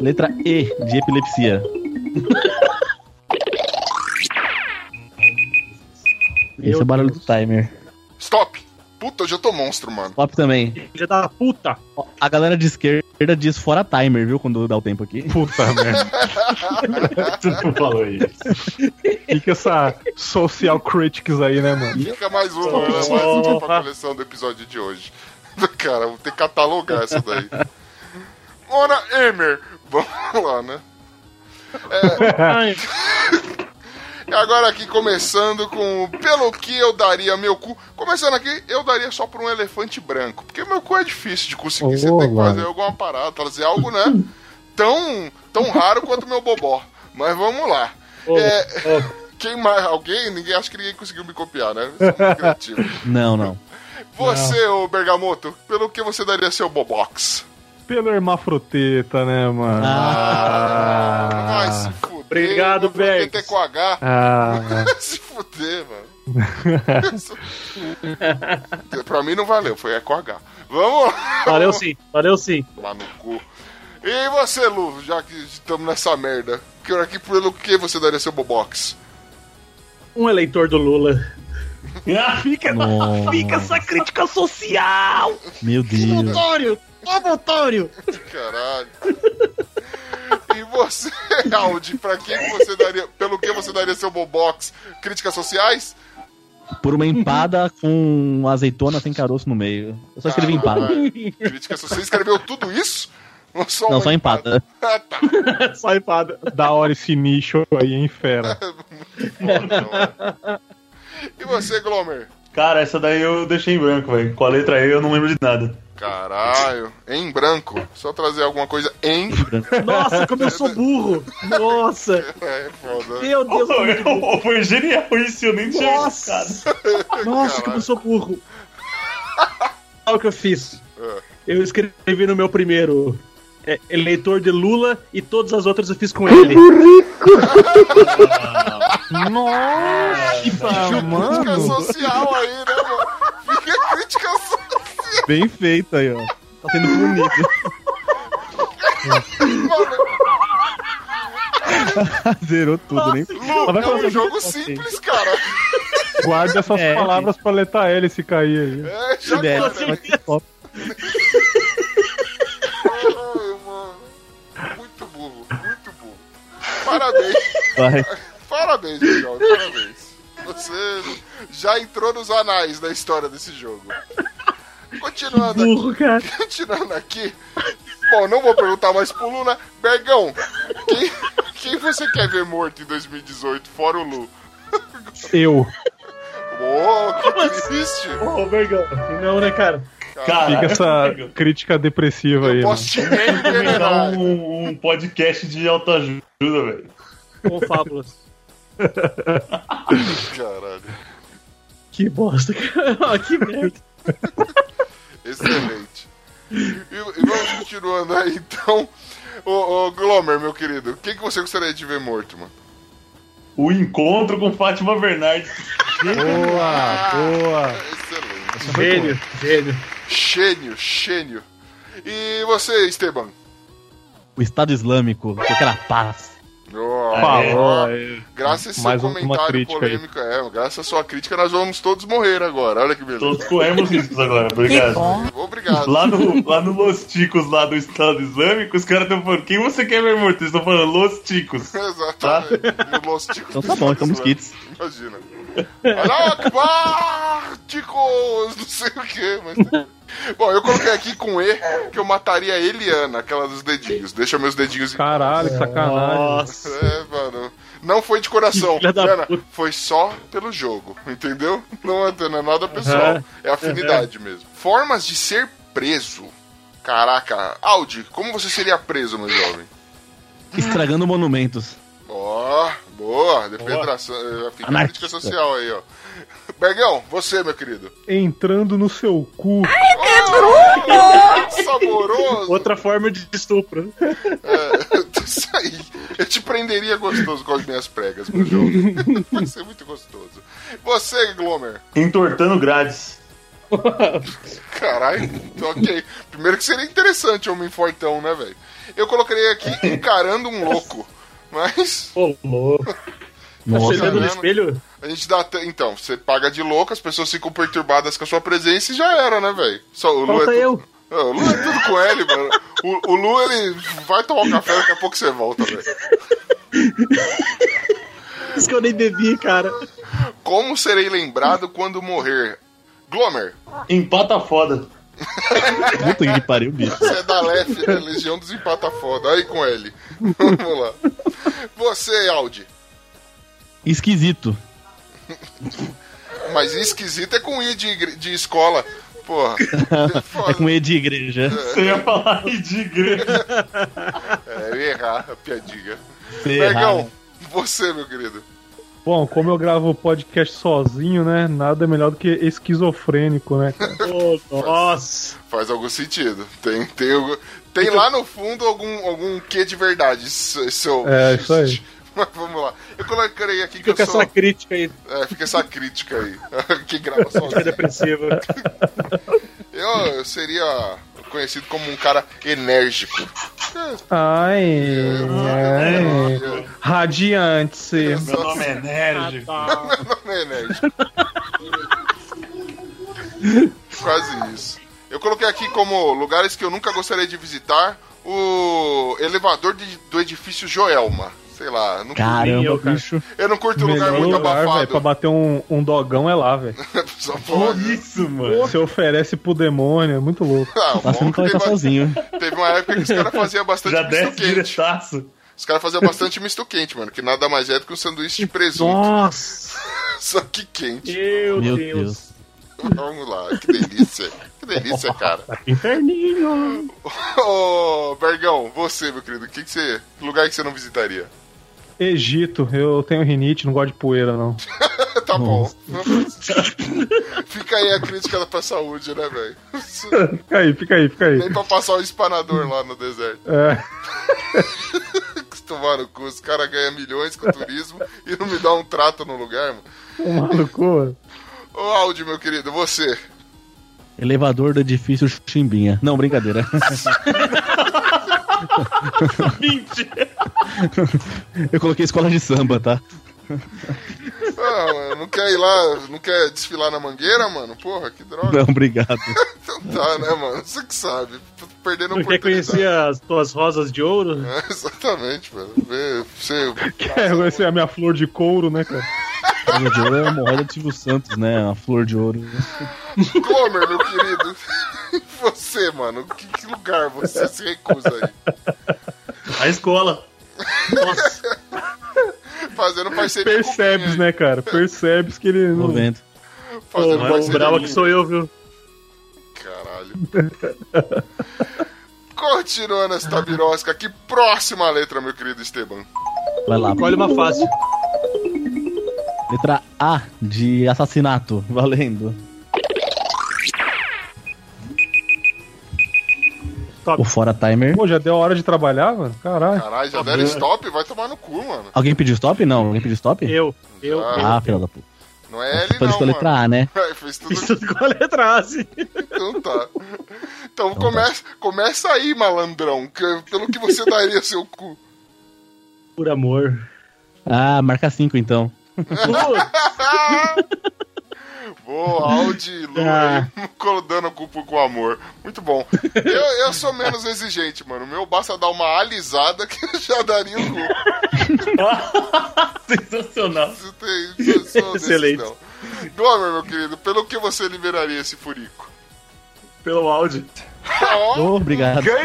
Letra E de epilepsia. Esse é o barulho do timer. Stop. Puta, hoje eu tô monstro, mano. Top também. Filha da puta. Ó, A galera de esquerda diz fora timer, viu? Quando dá o tempo aqui. Puta merda. Tu não falou isso. Fica essa social critics aí, né, mano? Fica mais uma, né? mais uma pra coleção do episódio de hoje. Cara, vou ter que catalogar essa daí. Mona Emer, vamos lá, né? É. Ai, E agora aqui começando com o pelo que eu daria meu cu. Começando aqui, eu daria só pra um elefante branco. Porque meu cu é difícil de conseguir. Você Ô, tem que mano. fazer alguma parada, trazer algo, né? Tão, tão raro quanto meu bobó. Mas vamos lá. ô, É, ô, quem mais? Alguém? Ninguém acho que ninguém conseguiu me copiar, né? Isso é criativo. Não, não. Você, ô Bergamoto, pelo que você daria seu bobox? Pelo hermafroteta, né, mano? Ah, vai se fuder. Obrigado, vai fuder Bergs. TQH. Ah, Vai se fuder, mano. pra mim não valeu, foi EcoH. Vamos lá. Valeu sim, valeu sim. Lá no cu. E você, Lu, já que estamos nessa merda, que que pelo que você daria seu bobox? Um eleitor do Lula. Fica, Nossa. fica essa crítica social! Meu Deus. Notório! Ó, notório! Caralho. E você, Aldi, pra quem você daria, pelo que você daria seu bobox? Críticas sociais? Por uma empada com azeitona sem caroço no meio. Eu só escrevi empada. Caralho. Críticas sociais, escreveu tudo isso? Ou só Não, uma só empada. Ah, tá. Só empada. Da hora esse nicho aí, hein, fera. Foda, não é? E você, Glomer? Cara, essa daí eu deixei em branco, velho. Com a letra E eu não lembro de nada. Caralho, em branco. Só trazer alguma coisa em. Nossa, como eu sou burro! Nossa! É, foda. Meu Deus! como eu sou burro. Foi genial isso, eu nem tinha Nossa! Nossa, como eu sou burro! Olha o que eu fiz. Ah. Eu escrevi no meu primeiro é, eleitor de Lula e todas as outras eu fiz com ele. Nossa, Crítica Ah, mano. social aí, né, mano? Fica crítica social. Bem feito aí, ó. Tá sendo punido. Zerou tudo, nem. Lu, vai é um fazer assim. jogo isso, ok. simples, cara. Guarda essas É, palavras pra letra L se cair aí. É, já É, agora. mas que top. Ai, mano. Muito burro, muito burro. Parabéns, Vai. parabéns, Miguel, parabéns. Você já entrou nos anais da história desse jogo. Continuando aqui. burro, cara. Continuando aqui. Bom, não vou perguntar mais pro Lu, né? Bergão, quem, quem você quer ver morto em 2018, fora o Lu? Eu. Ô, assim? que triste! Ô, Bergão. Não, né, cara? Cara, Fica essa Bergão, crítica depressiva né? aí. Posso te assim? envenenar. recomendar um, um podcast de autoajuda, velho. Ô, Fábulas. Caralho. Que bosta, cara. Ó, que merda. Excelente. E, e vamos continuando aí, então. Ô, ô, Glomer, meu querido, quem que você gostaria de ver morto, mano? O encontro com Fátima Bernardes. Boa, boa. É, Excelente. Gênio, gênio. Gênio, gênio. E você, Esteban? O Estado Islâmico, aquela paz. Ó, Falou. ó, é. graças a seu Mais uma comentário crítica aí. polêmico, é, graças à sua crítica, nós vamos todos morrer agora. Olha que beleza. Todos corremos riscos agora, obrigado. Obrigado. Lá no, lá no Los Ticos, lá do Estado Islâmico, os caras estão falando, quem você quer ver morto? Eles estão falando Los Ticos. Exatamente. No Los Ticos. Então tá bom, estamos kits. Imagina. Galácticos! Não sei o que, mas. Bom, eu coloquei aqui com E que eu mataria a Eliana, aquela dos dedinhos. Deixa meus dedinhos em. Tá. Caralho, que sacanagem. Nossa. É, mano. Não foi de coração, Filha da Eliana. puta. Foi só pelo jogo, entendeu? Não é, não é nada pessoal. É afinidade mesmo. Formas de ser preso. Caraca, Audi, como você seria preso, meu jovem? Estragando monumentos. Ó, boa, defenestração, eh, afinidade Anarquista. crítica social aí, ó. Bergão, você, meu querido. Entrando no seu cu. Saboroso! Outra forma de estupro. É, isso aí. Eu te prenderia gostoso com as minhas pregas pro jogo. Vai ser muito gostoso. Você, Glomer. Entortando grades. Caralho, então, ok. Primeiro que seria interessante homem fortão, né, velho? Eu colocaria aqui encarando um louco. Mas Ô, louco. Você Nossa, vendo no né? espelho? a gente dá. até- Então, você paga de louco, as pessoas ficam perturbadas com a sua presença e já era, né, velho? Só o Lu é Falta tu- eu. Ah, O Lu é tudo com ele, mano. O, o Lu, ele vai tomar um café, daqui a pouco você volta, velho. Isso que eu nem devia, cara. Como serei lembrado quando morrer? Glomer, Empata foda. puta que pariu, bicho. você é da LEF, né? Legião dos Empata Foda. Aí com ele. Vamos lá. Você, Aldi. Esquisito. Mas esquisito é com I de, igre- de escola. Porra. É com E de igreja. Você ia falar "Ih, de igreja. É, eu ia errar a piadinha. Você errar, Bergão, né? você, meu querido. Bom, como eu gravo o podcast sozinho, né? é Nada melhor do que esquizofrênico, né? cara? Ô, nossa. Faz algum sentido. Tem, tem, algum- tem lá no fundo algum, algum quê de verdade. Seu, seu- É, isso aí. Mas vamos lá. Eu coloquei aqui que Fica eu sou. essa crítica aí, É, fica essa crítica aí. que grava fica sozinho. depressiva. Eu, eu seria conhecido como um cara enérgico. Ai, ai. Meu Radiante. Meu nome é né? Nerd. nome é Nerd. Quase isso. Eu coloquei aqui como lugares que eu nunca gostaria de visitar o elevador de- do edifício Joelma. Sei lá, não- Nem Caramba, eu, cara. bicho. eu não curto lugar é Melhor muito lugar, velho, pra abafado. bater um, um dogão é lá, velho. Só Olha pode. isso, mano. Você oferece pro demônio, é muito louco. Ah, o Tá bom sendo que que ele tá teve- sozinho. Teve uma época que os caras faziam bastante Já misto desce quente. diretaço. Os caras faziam bastante misto quente, mano. Que nada mais é do que um sanduíche de presunto. Nossa! Só que quente. Meu, Meu Deus. Deus. Vamos lá, que delícia. Que delícia, cara. Inferninho! Ô, Bergão, você, meu querido, que, que você. Que lugar que você não visitaria? Egito, eu tenho rinite, não gosto de poeira, não. Tá bom. Fica aí a crítica pra saúde, né, velho? Fica aí, fica aí, fica aí. Nem pra passar o espanador lá no deserto. É, Tomar no cu, os caras ganham milhões com turismo e não me dá um trato no lugar, mano. um maluco. mano. Ô, Aldi, meu querido, você. Elevador do edifício Chimbinha. Não, brincadeira. Eu coloquei escola de samba, tá? Ah, mano, não quer ir lá, não quer desfilar na mangueira, mano? Porra, que droga. Não, obrigado. Então tá, né, mano? Você que sabe. Tô perdendo a Não quer oportunidade. conhecer as tuas rosas de ouro? É, exatamente, mano. Vê, Você. É, essa é a minha flor de couro, né, cara? Flor de ouro é uma roda do Silvio Santos, né? Uma flor de ouro. Comer, meu querido. Você, mano, que, que lugar você se recusa aí? A escola. Nossa, Fazendo parceria Percebes, né, cara? Percebes que ele Tô não. vendo. com pô, É, Fazendo mas parceria brava que sou eu, viu? Caralho. Continuando essa tabirosca aqui, próxima letra, meu querido Esteban. Vai lá. Olha uma fácil. Letra A de assassinato. Valendo. O fora timer. Pô, já deu a hora de trabalhar, mano? Caralho. Caralho, Tá já deram stop? Vai tomar no cu, mano. Alguém pediu stop? Não, alguém pediu stop? Eu, eu, Ah, filha da puta. Não é ele, Por isso não, que eu mano. letra A, né? Vai, Fez tudo isso com a letra A, assim. sim. Então tá. tá. Então começa, começa aí, malandrão, que- pelo que você daria seu cu. Por amor. Ah, marca 5 então. Boa, Audi, Lu, Ah. aí, colando o cu por- com amor. Muito bom. Eu, eu sou menos exigente, mano. O meu basta dar uma alisada que eu já daria o cu. Sensacional. Você tem- eu sou desses, Excelente. não. Glomer, meu querido, pelo que você liberaria esse furico? Pelo áudio. Ó, Ô, obrigado. nunca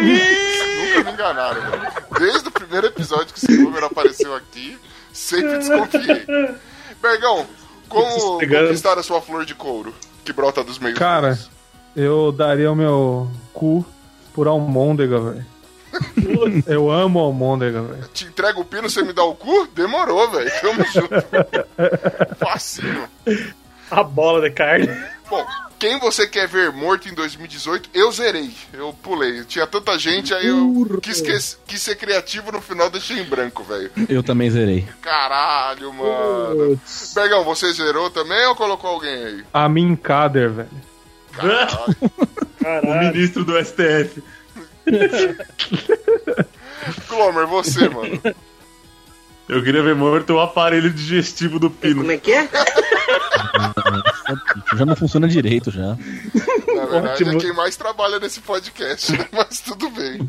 me enganaram, mano. Desde o primeiro episódio que esse Glomer apareceu aqui, sempre desconfiei. Bergão, como Sossegando. conquistar a sua flor de couro que brota dos meios? Cara, eu daria o meu cu por almôndega, velho. Eu amo almôndega, velho. Te entrega o pino, você me dá o cu? Demorou, velho. Tamo junto. Facinho. A bola de carne. Bom, quem você quer ver morto em 2018, eu zerei. Eu pulei. Tinha tanta gente, aí eu quis, que- quis ser criativo no final, deixei em branco, velho. Eu também zerei. Caralho, mano. Putz. Bergão, você zerou também ou colocou alguém aí? A Minkader, velho. O ministro do STF. Clomer, você, mano. Eu queria ver morto o aparelho digestivo do Pino. Como é que é? Já não funciona direito já. Na verdade, é Ótimo. quem mais trabalha nesse podcast, né? mas tudo bem.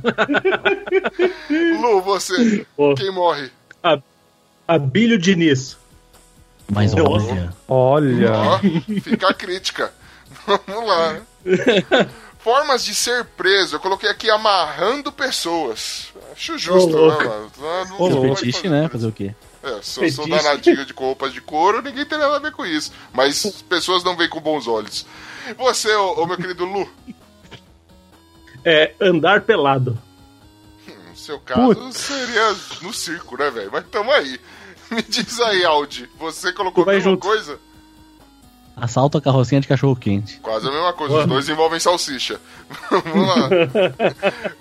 Lu, você. Pô. Quem morre? Abílio Diniz. Mas olha. Olha. Ó, fica a crítica. Vamos lá. Formas de ser preso. Eu coloquei aqui amarrando pessoas. Acho justo, Ô, né, mano? Não- não- Esse não vai fetiche, fazer né? isso. Fazer o quê? É, sou, sou Fetiche. danadinho de roupas de couro, ninguém tem nada a ver com isso. Mas as pessoas não veem com bons olhos. Você, ô, ô, meu querido Lu, É andar pelado. no seu caso, seria no circo, né, velho? Mas tamo aí. Me diz aí, Aldi, você colocou a Vai mesma junto. coisa? Assalto a carrocinha de cachorro quente. Quase a mesma coisa, os dois envolvem salsicha. Vamos lá.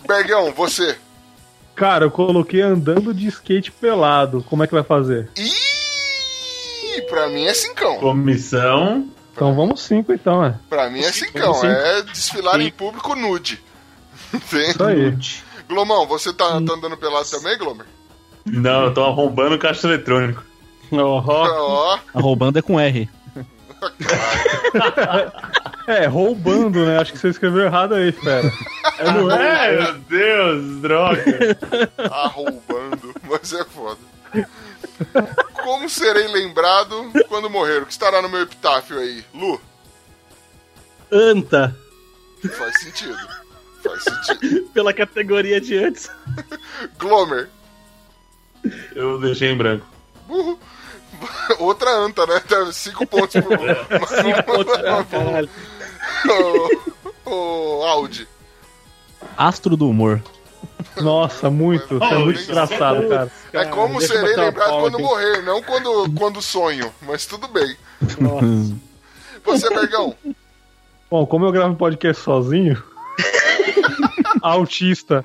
Bergão, você. Cara, eu coloquei andando de skate pelado. Como é que vai fazer? Ih, pra mim é cincão. Comissão. Então vamos cinco, então, é. Pra mim é cincão. É desfilar em público nude. Tem- Isso aí. Glomão, você tá, tá andando pelado também, Glomer? Não, eu tô arrombando o caixa eletrônico. Ó, Roubando é com R. É, roubando, né? Acho que você escreveu errado aí, fera. Não é? Meu Deus, droga. arrombando, mas é foda. Como serei lembrado quando morrer? O que estará no meu epitáfio aí? Lu, Anta, faz sentido. Faz sentido. pela categoria de antes. Glomer, Eu deixei em branco. burro. Uhum. Outra anta, né? Tá Cinco pontos pro Lu. É. Caralho. o, o Audi. Astro do humor. Nossa, muito. Tá Você é muito engraçado, cara. É como deixa eu serei bater uma lembrado palma quando aqui. morrer, não quando, quando sonho, mas tudo bem. Você, Bergão, Bom, como eu gravo um podcast sozinho. Autista.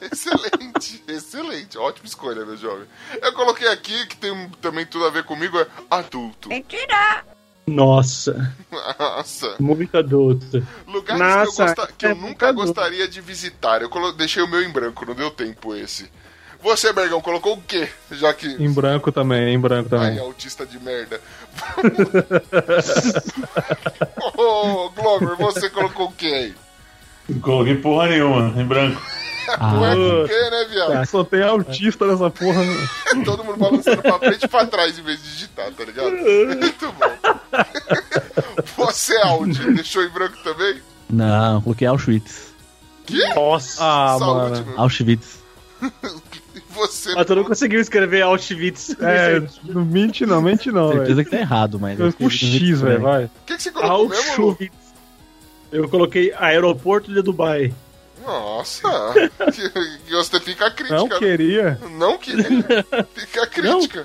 excelente, excelente, ótima escolha, meu jovem. Eu coloquei aqui, que tem também tudo a ver comigo, é adulto. Nossa, Nossa, muito adulto. lugares que eu, Nossa, gosta- que eu é nunca pecador. gostaria de visitar. Eu colo- deixei o meu em branco, não deu tempo esse. Você, Bergão, colocou o quê? Já que Em branco também, em branco Ai, também. autista de merda. Ô, Glover, você colocou o quê aí? Não coloquei porra nenhuma, em branco. Tá Ué, o quê, né, viado? Só tem autista nessa porra. né? Todo mundo balançando pra frente e pra trás em vez de digitar, tá ligado? Muito bom. Você, Audi, deixou em branco também? Não, coloquei Auschwitz. Nossa. Ah, Saúde, mano. meu. Auschwitz. E Você, Mas Ah, tu não conseguiu escrever Auschwitz. É, não mente não, mente não, velho. Certeza que tá errado, mas. Eu com X, velho, vai. o que, que você colocou mesmo, Lu? Auschwitz. Eu coloquei aeroporto de Dubai. Nossa, que, que você fica a Não crítica. né? queria. Não que... né? Fica a crítica.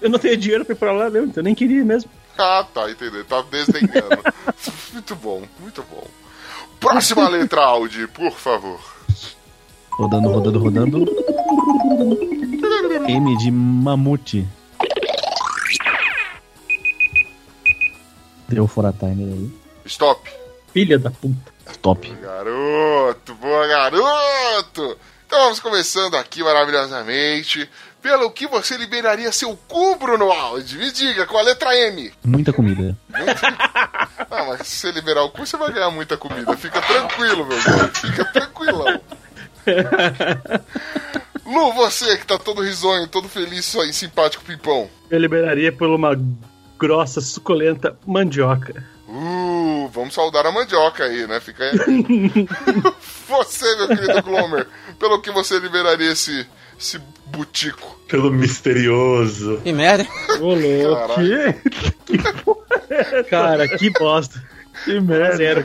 Eu não tenho dinheiro pra ir pra lá mesmo, então eu nem queria mesmo. Ah, tá, entendeu. Tava desdenhando. muito bom, muito bom. Próxima letra, Audi, por favor. Rodando, rodando, rodando. M de mamute. Deu fora timer aí. Stop. Filha da puta. Top. Garoto, boa garoto! Então vamos começando aqui maravilhosamente. Pelo que você liberaria seu cubro no Audi? Me diga, com a letra M. Muita comida. Ah, mas se você liberar o cu, você vai ganhar muita comida. Fica tranquilo, meu irmão. Fica tranquilão. Lu, você que tá todo risonho, todo feliz, só aí, simpático pimpão. Eu liberaria por uma grossa, suculenta mandioca. Uh, vamos saudar a mandioca aí, né? Fica aí. você, meu querido Glomer, pelo que você liberaria esse, esse butico? Pelo misterioso. Que merda. Ô, louco. Caralho. Que? Cara, que bosta. Que merda. Zero,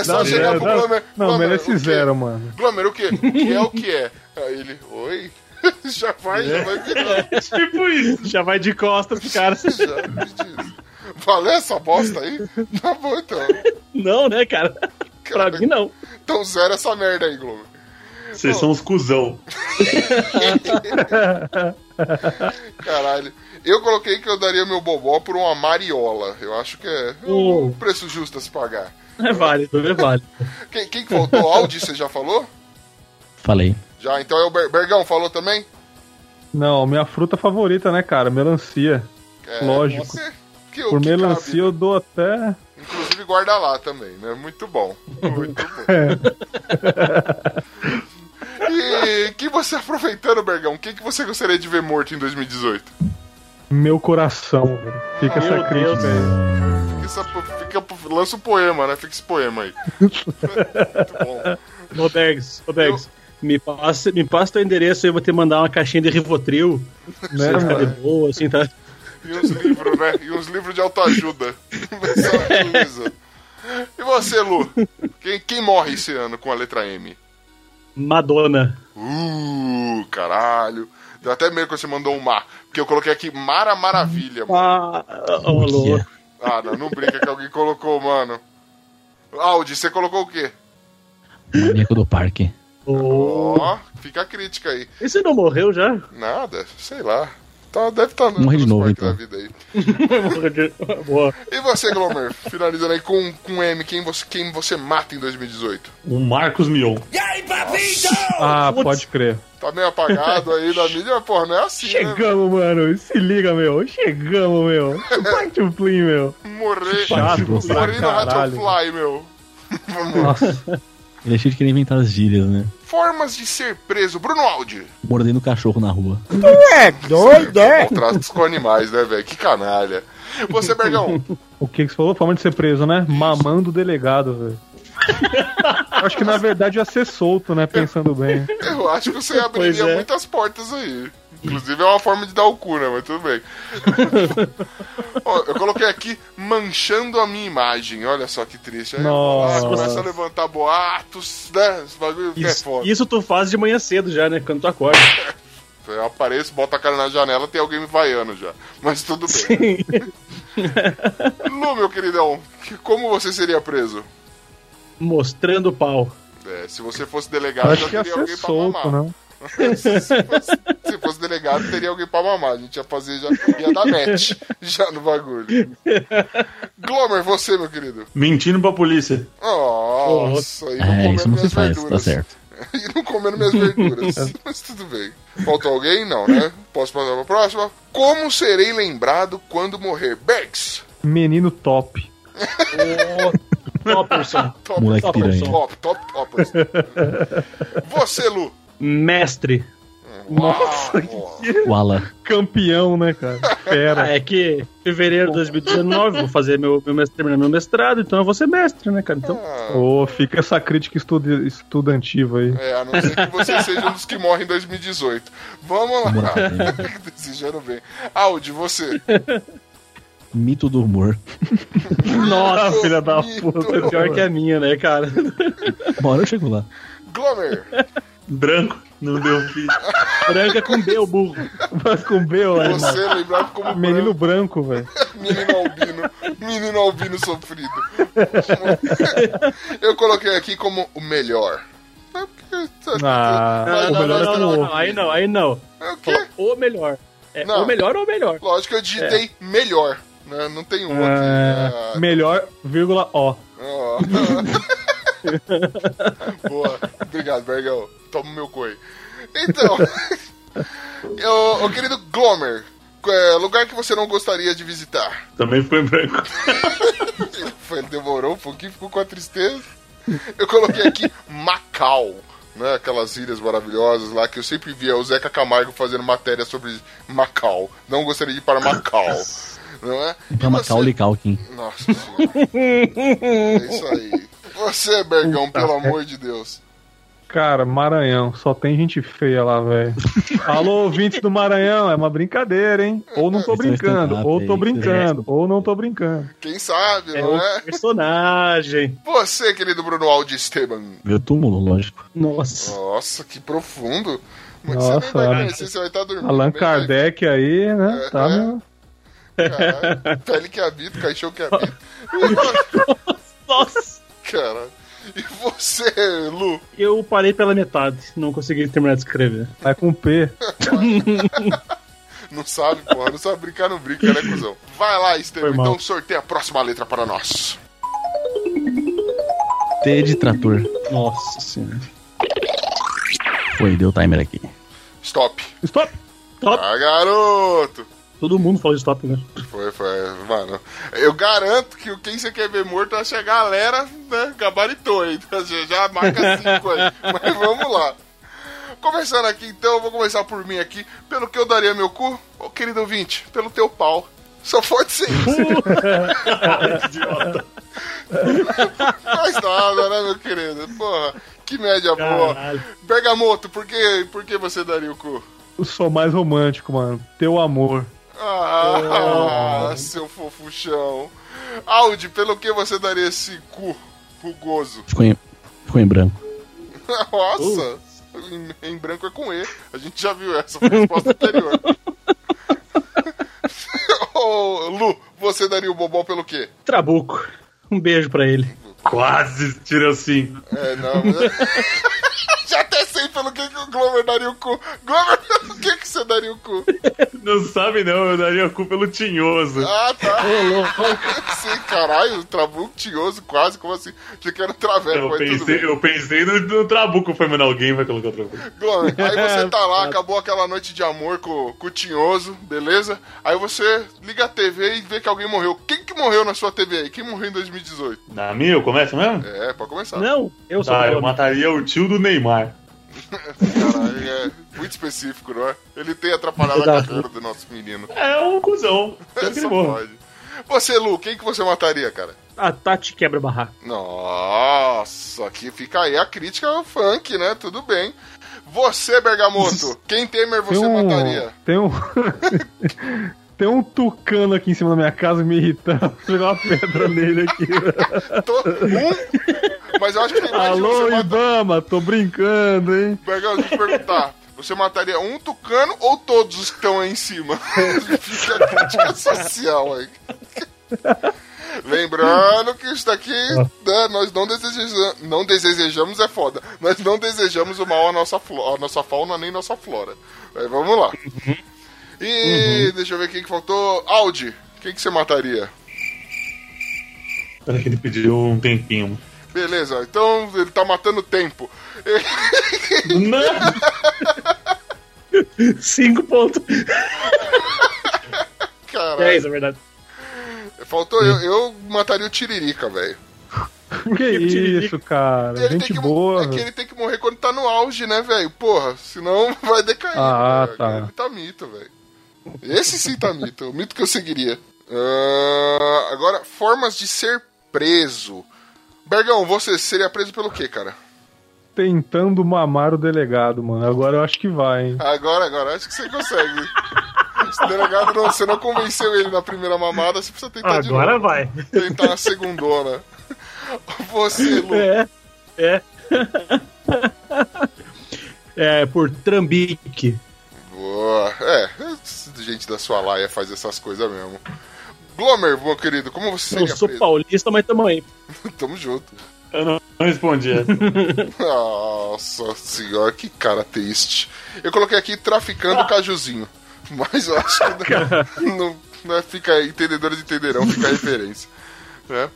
É só Dá chegar zero, pro dá- Glomer. Não, Glomer, o merece quê? zero, mano. Glomer, o quê? O que é o que é? Aí ele, oi? já vai, já vai virar. tipo isso. Já vai de costas, cara. Já me diz. Valeu essa bosta aí? Tá bom então. Não, né, cara? Pra mim, não. Então zero essa merda aí, Glomer. Vocês são uns cuzão. Caralho. Eu coloquei que eu daria meu bobó por uma mariola. Eu acho que é um Oh. preço justo a se pagar. É válido, é válido. Quem, quem que voltou? Audi, você já falou? Falei. Já, então é o Ber- Bergão, falou também? Não, minha fruta favorita, né, cara? Melancia. É, Lógico. você- que- né? Por que melancia eu dou até. cabe. Inclusive guarda lá também, né? Muito bom. Muito bom. É. e que você aproveitando, Bergão, o que, que você gostaria de ver morto em 2018? Meu coração, velho. Fica essa crítica né? aí. Fica essa- fica- lança um poema, né? Fica esse poema aí. Muito bom. Ô, Bergs, ô, Bergs. Me passa, me passa teu endereço aí, eu vou te mandar uma caixinha de Rivotril. Né, Tá de mano? boa, assim, tá? E uns livros, né? E uns livros de autoajuda. Essa coisa. e você, Lu? Quem, quem morre esse ano com a letra M? Madonna. Uh, caralho. Deu até medo quando você mandou um mar. Porque eu coloquei aqui Mara Maravilha, mano. Ah, ô, louco. Ah, não, não brinca que alguém colocou, mano. Audi, você colocou o quê? Maníaco do parque. Ô, Ó, fica a crítica aí. é? Esse não morreu já? Nada, sei lá. Tá, deve estar no Morre de nos novo, parques então. da vida aí. Boa. E você, Glomer? Finalizando aí com, com M, quem você, quem você mata em 2018? O Marcos Mion. Ah, pode crer. Tá meio apagado aí da mídia, mas, porra, não é assim, né? Chegamos, mano. Se liga, meu. Chegamos, meu. Parte o plim, meu. Morrer. Chato pra Morrer no caralho. Rattlefly, meu. Nossa. Ele é cheio de querer inventar as gírias, né? Formas de ser preso. Bruno Aldi. Mordendo cachorro na rua. É doido, é? Contratos com animais, né, velho? Que canalha. Você, Bergão. O que que você falou? Forma de ser preso, né? Mamando o delegado, velho. Eu Acho que na verdade ia ser solto, né? Pensando bem. Eu acho que você abriria é. muitas portas aí. Inclusive é uma forma de dar o cu, né? Mas tudo bem. Ó, eu coloquei aqui manchando a minha imagem. Olha só que triste. Aí eu vou lá, Nossa. começa a levantar boatos, né? Esse bagulho que é Isso, foda. isso tu faz de manhã cedo já, né? Quando tu acorda. Eu apareço, boto a cara na janela, tem alguém me vaiando já. Mas tudo bem. Sim. Lu, meu queridão, que- como você seria preso? Mostrando o pau. É, se você fosse delegado, Acho já que ia teria ser alguém pra solto, mamar. né? se, fosse, se fosse delegado, teria alguém pra mamar. A gente ia fazer, já ia dar match já no bagulho. Glomer, você, meu querido. Mentindo pra polícia. Nossa, e não É, comendo isso não se minhas faz, tá verduras. certo. E não comendo minhas verduras. Mas tudo bem. Faltou alguém? Não, né? Posso passar pra próxima? Como serei lembrado quando morrer? Bergs. Menino top. Topperson. Top, Moleque top, piranha. top, top, top. Você, Lu. Ah, Mestre. Nossa, O Alan. Campeão, né, cara? Fera. Ah, é que fevereiro de 2019 vou fazer meu, meu mestre- terminar meu mestrado, então eu vou ser mestre, né, cara? Então, Ô, fica essa crítica estude- estudantiva aí. É, a não ser que você seja um dos que morre em 2018. Vamos lá. Desejando bem. Audi, você. Mito do humor. Nossa, filha da Mito. puta. pior que a minha, né, cara? Uma hora eu chego lá. Glomer. Branco. Não deu fim. Branca com B, o burro. Mas com B, ó. Você é lembrado como Menino branco, velho. branco, menino albino. Menino albino sofrido. Eu coloquei aqui como o melhor. É porque- Ah, Vai o dar melhor é nós não, com não, o não, aí não, aí não. É o Falou, quê? O melhor. É, Não. o melhor ou o melhor? Lógico que eu digitei melhor. né? Não tem um É, aqui. melhor, vírgula, ó. Ah, ó. Boa. Obrigado, Bergão. Toma o meu coi. Então, eu, ô, querido Glomer, é, lugar que você não gostaria de visitar? Também ficou em branco. Ele foi- demorou um pouquinho, ficou com a tristeza. Eu coloquei aqui Macau, né? Aquelas ilhas maravilhosas lá que eu sempre via o Zeca Camargo fazendo matéria sobre Macau. Não gostaria de ir para Macau. Não é? E Pra Macaulay Culkin. você- Nossa senhora. É isso aí. Você, Bergão, pelo amor de Deus. Cara, Maranhão, só tem gente feia lá, velho. Alô, ouvintes do Maranhão, é uma brincadeira, hein? Ou não tô Vocês estão brincando, stand-up ou tô aí, brincando, ou não tô brincando. Quem sabe, É não o é? personagem. Você, querido Bruno Aldi Esteban. Meu túmulo, lógico. Nossa. Nossa, que profundo. Mas você Nossa, nem vai Alan- conhecer, você vai estar dormindo. Allan É bem, vai Kardec aí, né? Tá, É. meu? Caralho, pele que habita, caixão que habita. Nossa. Cara. E você, Lu? Eu parei pela metade, não consegui terminar de escrever. Vai com P. Não sabe, porra. Não sabe brincar, não brinca, né, cuzão? Vai lá, Estevam. Foi mal. Então sorteia a próxima letra para nós. T de trator. Nossa senhora. Foi, deu timer aqui. Stop. Stop! Stop! Ah, garoto. Todo mundo fala de stop, né? Foi, foi. Mano, eu garanto que o quem você quer ver morto, acho que a galera né, gabaritou aí. Então, Já, já marca cinco aí. Mas vamos lá. Começando aqui, então, eu vou começar por mim aqui. Pelo que eu daria meu cu, ô querido ouvinte, pelo teu pau. Só pode ser isso. Idiota. Faz nada, né, meu querido? Porra, que média Caralho. boa. Bergamoto, por que, por que você daria o cu? Eu sou mais romântico, mano. Teu amor. Ah, seu fofuchão. Audi, pelo que você daria esse cu rugoso? Ficou em, ficou em branco. Nossa, em, em branco é com E. A gente já viu essa foi a resposta anterior. Ô, Lu, você daria o bobó pelo quê? Trabuco. Um beijo pra ele. Quase tirou assim. É, não. Mas... é- Já até sei pelo que, que o Glover daria o cu. Glover, pelo que, que você daria o cu? Não sabe não, eu daria o cu pelo tinhoso. Ah, tá. Sim, caralho, trabuco tinhoso quase, como assim? Achei que era um traveco, Eu mas tudo bem. pensei, eu pensei no, no Trabuco, foi, mano, alguém vai colocar o Trabuco. Glomer, aí você tá lá, acabou aquela noite de amor com, com o Tinhoso, beleza? Aí você liga a TV e vê que alguém morreu. Quem que morreu na sua TV aí? Quem morreu em 2018? Na minha, eu começo mesmo? É, pode começar. Não, eu sou Tá, eu Glomer. mataria o tio do Neymar. Caralho, é muito específico, não é? Ele tem atrapalhado a carreira do nosso menino. É um cuzão. Quero que ele Só morra. pode. Você, Lu, quem que você mataria, cara? A Tati quebra barraco. Nossa, aqui fica aí a crítica ao funk, né? Tudo bem. Você, Bergamoto, quem Temer Tem você um. mataria? Tem um. Tem um tucano aqui em cima da minha casa me irritando. Vou jogar uma pedra nele aqui. Tô... Um? Mas eu acho que tem mais de um. Alô, Você mata- Ibama, tô brincando, hein? Bergão, deixa eu te perguntar. Você mataria um tucano ou todos os que estão aí em cima? Fica a crítica social aí. Lembrando que isso daqui, né, nós não desejamos, não desejamos é foda. Nós não desejamos o mal à nossa, flo- à nossa fauna nem nossa flora. Mas vamos lá. E deixa eu ver quem que faltou. Audi, quem que você mataria? Peraí que ele pediu um tempinho. Beleza, então ele tá matando tempo. Não, Cinco pontos. Caralho, É isso, é verdade. faltou eu, eu mataria o Tiririca, velho. Que isso, cara. Ele Gente tem que, mo- boa. é que ele tem que morrer quando tá no auge, né, velho? Porra, senão vai decair. Ah, né? tá. Ele tá mito, velho. Esse sim tá mito. O mito que eu seguiria. Ah, agora, formas de ser preso. Bergão, você seria preso pelo quê, cara? Tentando mamar o delegado, mano. Agora eu acho que vai, hein? Agora, agora, acho que você consegue. Esse delegado, não, você não convenceu ele na primeira mamada, você precisa tentar Tá de Agora novo. vai. Tentar na segundona. Você, Lu. É, é. É, por trambique. Boa. É, gente da sua laia faz essas coisas mesmo. Glomer, meu querido, como você Eu seria sou preso? paulista, mas tamo aí. Tamo junto. eu não, não respondi é. essa. Nossa senhora, que cara triste. Eu coloquei aqui Ah. traficando cajuzinho. Mas eu acho que não, não, não fica entendedores entenderão, fica a referência. Né?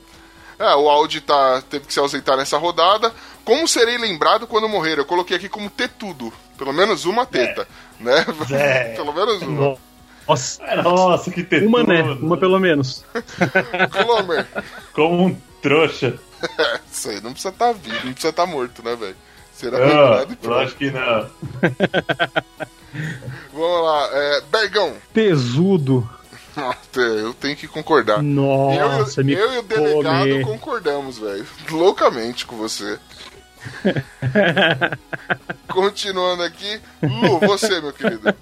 Ah, o Audi tá, teve que se ausentar nessa rodada. Como serei lembrado quando morrer? Eu coloquei aqui como ter tudo. Pelo menos uma teta, né? É. Pelo menos uma. Nossa, Nossa, que tetudo. uma né? Uma pelo menos. Glomer, Como um trouxa. Isso aí não precisa estar vivo, não precisa estar morto, né, velho? Será É, Ah, lembrado e eu pronto. acho que né, não. Vamos lá, é, Bergão. Tesudo. Nossa, Eu tenho que concordar. Nossa, eu, e me o- eu e o delegado come. concordamos, velho. Loucamente com você. Continuando aqui, Lu, você, meu querido.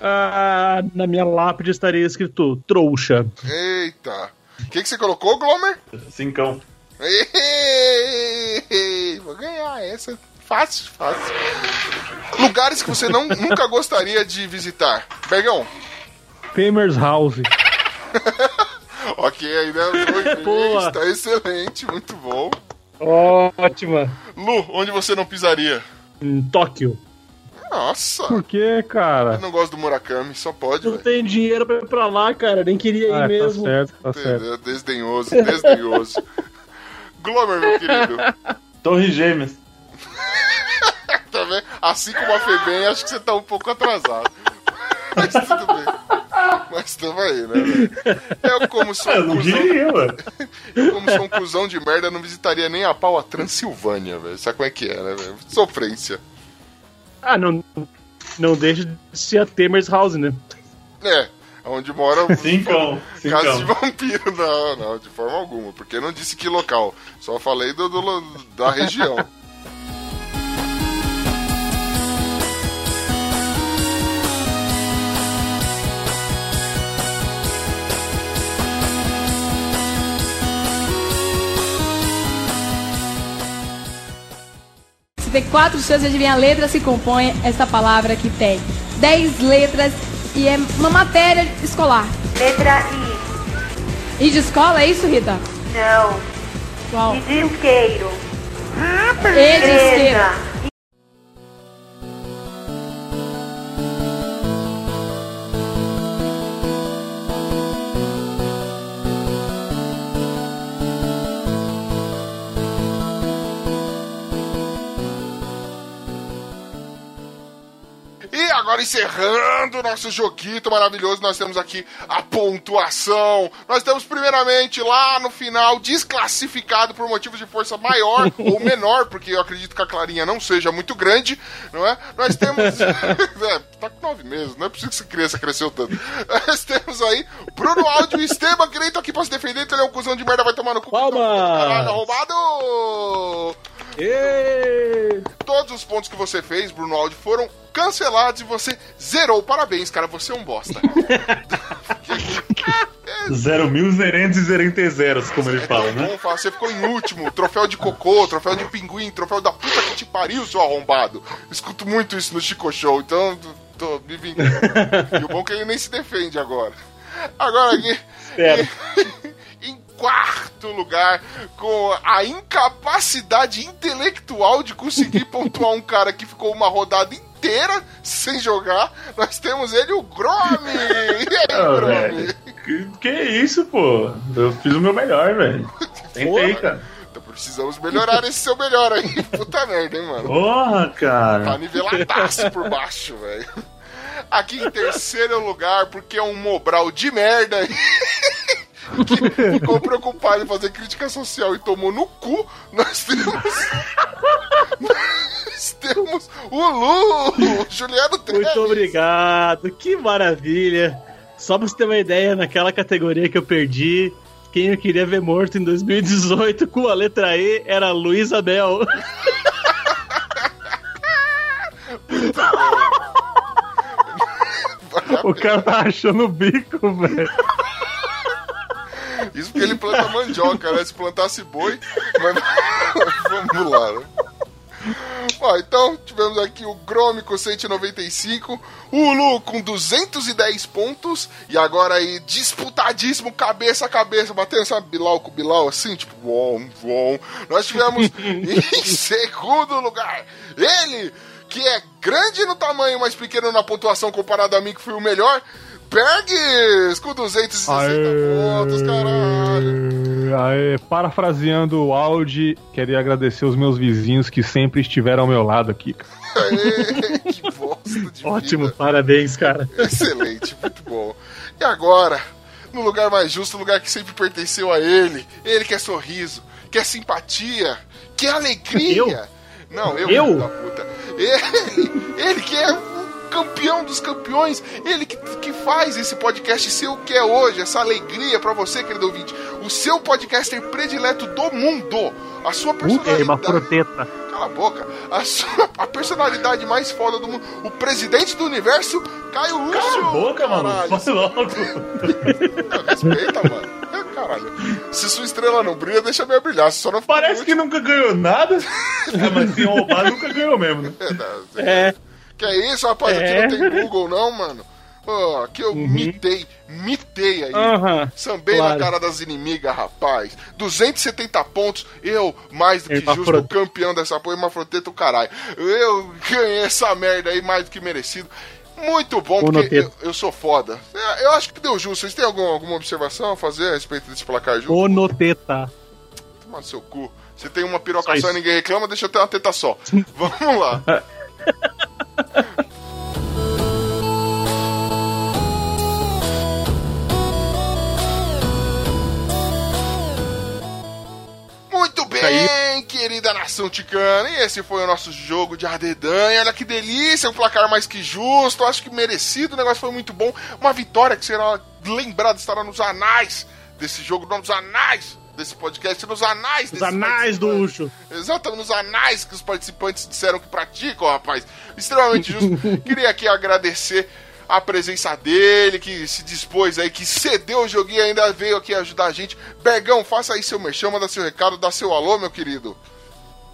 Ah, na minha lápide estaria escrito trouxa. Eita. O que, que você colocou, Glomer? Cincão. Ei, Vou ganhar essa. Fácil, fácil. Lugares que você não, nunca gostaria de visitar. Bergão, Temer's House. Ok, ainda foi Boa. está excelente, muito bom. Ótima. Lu, onde você não pisaria? Em Tóquio. Nossa, Por quê, eu cara? não gosto do Murakami, só pode, Não velho. tenho dinheiro pra ir pra lá, cara. Nem queria ir Ah, tá mesmo. certo, tá certo. Entendeu? É, Desdenhoso, desdenhoso. Glomer, meu querido. Torre Gêmeas. Tá vendo? Assim como a Febem, acho que você tá um pouco atrasado. Mas tudo bem. Mas tamo aí, né? velho? Eu, como sou, Ah, eu um não cuzão, diria, mano. eu como sou um cuzão de merda, não visitaria nem a pau a Transilvânia, velho. Sabe como é que é, né, velho? Sofrência. Ah, não. Não deixa de ser a Temer's House, né? É, onde mora Cincão. Casa de Cincão. vampiro, não, não, de forma alguma, porque não disse que local, só falei do, do- da região. Você tem quatro chances de adivinhar a letra que compõe esta palavra que tem 10 letras e é uma matéria escolar. Letra I. E de escola é isso, Rita? Não. Qual? E de isqueiro. E de esquerda. Presa. Agora encerrando o nosso joguito maravilhoso, nós temos aqui a pontuação. Nós temos primeiramente lá no final desclassificado por motivos de força maior ou menor, porque eu acredito que a Clarinha não seja muito grande, não é? Nós temos. é, tá com nove meses, não é preciso que essa criança cresceu tanto. Nós temos aí Bruno Áudio e Esteban, que nem tô aqui pra se defender, então ele é um cuzão de merda, vai tomar no cu. Palmas! Caralho, arrombado! Ê! Todos os pontos que você fez, Bruno Aldi, foram cancelados e você zerou. Parabéns, cara, você é um bosta. 0.000, como ele fala, Não, né? não, fala, Você ficou em último. Troféu de cocô, troféu de pinguim, troféu da puta que te pariu, seu arrombado. Escuto muito isso no Chico Show, então tô me vingando. E o bom é que ele nem se defende agora. Agora aqui. Espero. em quarto lugar, com a incapacidade intelectual de conseguir pontuar um cara que ficou uma rodada inteira sem jogar, nós temos ele, o Grome! E aí, Ah, Grome? velho. Que, que isso, pô? Eu fiz o meu melhor, velho. Tentei, cara. Então precisamos melhorar esse seu melhor aí. Puta merda, hein, mano. Porra, Tá cara. niveladaço por baixo, velho. Aqui em terceiro lugar, porque é um Mobral de merda aí, que ficou preocupado em fazer crítica social e tomou no cu, nós temos. nós temos o Lu, o Juliano Treves. Muito obrigado, que maravilha. Só pra você ter uma ideia, naquela categoria que eu perdi, quem eu queria ver morto em 2018 com a letra E era Luiz Abel. O cara tá achando o bico, velho. Isso porque ele planta mandioca, né? Se plantasse boi. Mas vamos lá, né? Ó, então tivemos aqui o Grome com 195, o Lu com 210 pontos, e agora aí disputadíssimo, cabeça a cabeça, batendo, sabe, Bilal com Bilal, assim, tipo, vom, vom. Nós tivemos em segundo lugar ele, que é grande no tamanho, mas pequeno na pontuação comparado a mim, que foi o melhor, Bergs com 260 pontos, caralho. Aê, parafraseando o Audi, queria agradecer os meus vizinhos que sempre estiveram ao meu lado aqui. Aê, que bosta de Ótimo, vida. parabéns, cara. Excelente, muito bom. E agora, no lugar mais justo, no lugar que sempre pertenceu a ele, ele quer sorriso, quer simpatia, quer alegria. Não, eu, Eu? filho da puta. Ele, ele que é o campeão dos campeões, ele que, que faz esse podcast ser o que é hoje, essa alegria pra você, querido ouvinte. O seu podcaster predileto do mundo. A sua personalidade. froteta. Cala a boca. A, sua- a personalidade mais foda do mundo. O presidente do universo, Caio Lúcio. Cala a boca, mano. Caralho. Vai logo. Respeita, mano. É, Caralho. Se sua estrela não brilha, deixa minha brilhar. Se só não fica Parece que nunca ganhou nada. É, mas se roubar, nunca ganhou mesmo, né? É, Que é isso, rapaz? É. Aqui não tem Google, não, mano. Ó, aqui eu Uhum. mitei. Mitei aí. Ah. aham. Sambei Claro. na cara das inimigas, rapaz. 270 pontos, eu, mais do que Irmafrota- justo, campeão dessa porra, Mafroteta, o caralho. Eu ganhei essa merda aí, mais do que merecido. Muito bom, porque eu, Monoteta. eu sou foda. É, Eu acho que deu justo. Vocês têm algum, alguma observação a fazer a respeito desse placar justo? Onoteta. Toma no seu cu. Você tem uma piroca Só só e isso. ninguém reclama, deixa eu ter uma teta só. Vamos lá. Muito Tá bem, querida nação ticana. E esse foi o nosso jogo de Ardedanha. Olha que delícia, um placar mais que justo. Acho que merecido. O negócio foi muito bom. Uma vitória que será lembrada, estará nos anais desse jogo, não nos anais desse podcast, nos anais Os desse anais do participantes. luxo. Exatamente, nos anais que os participantes disseram que praticam, rapaz. Extremamente justo. Queria aqui agradecer a presença dele, que se dispôs aí, que cedeu o joguinho e ainda veio aqui ajudar a gente. Bergão, faça aí seu merchan, manda seu recado, dá seu alô, meu querido.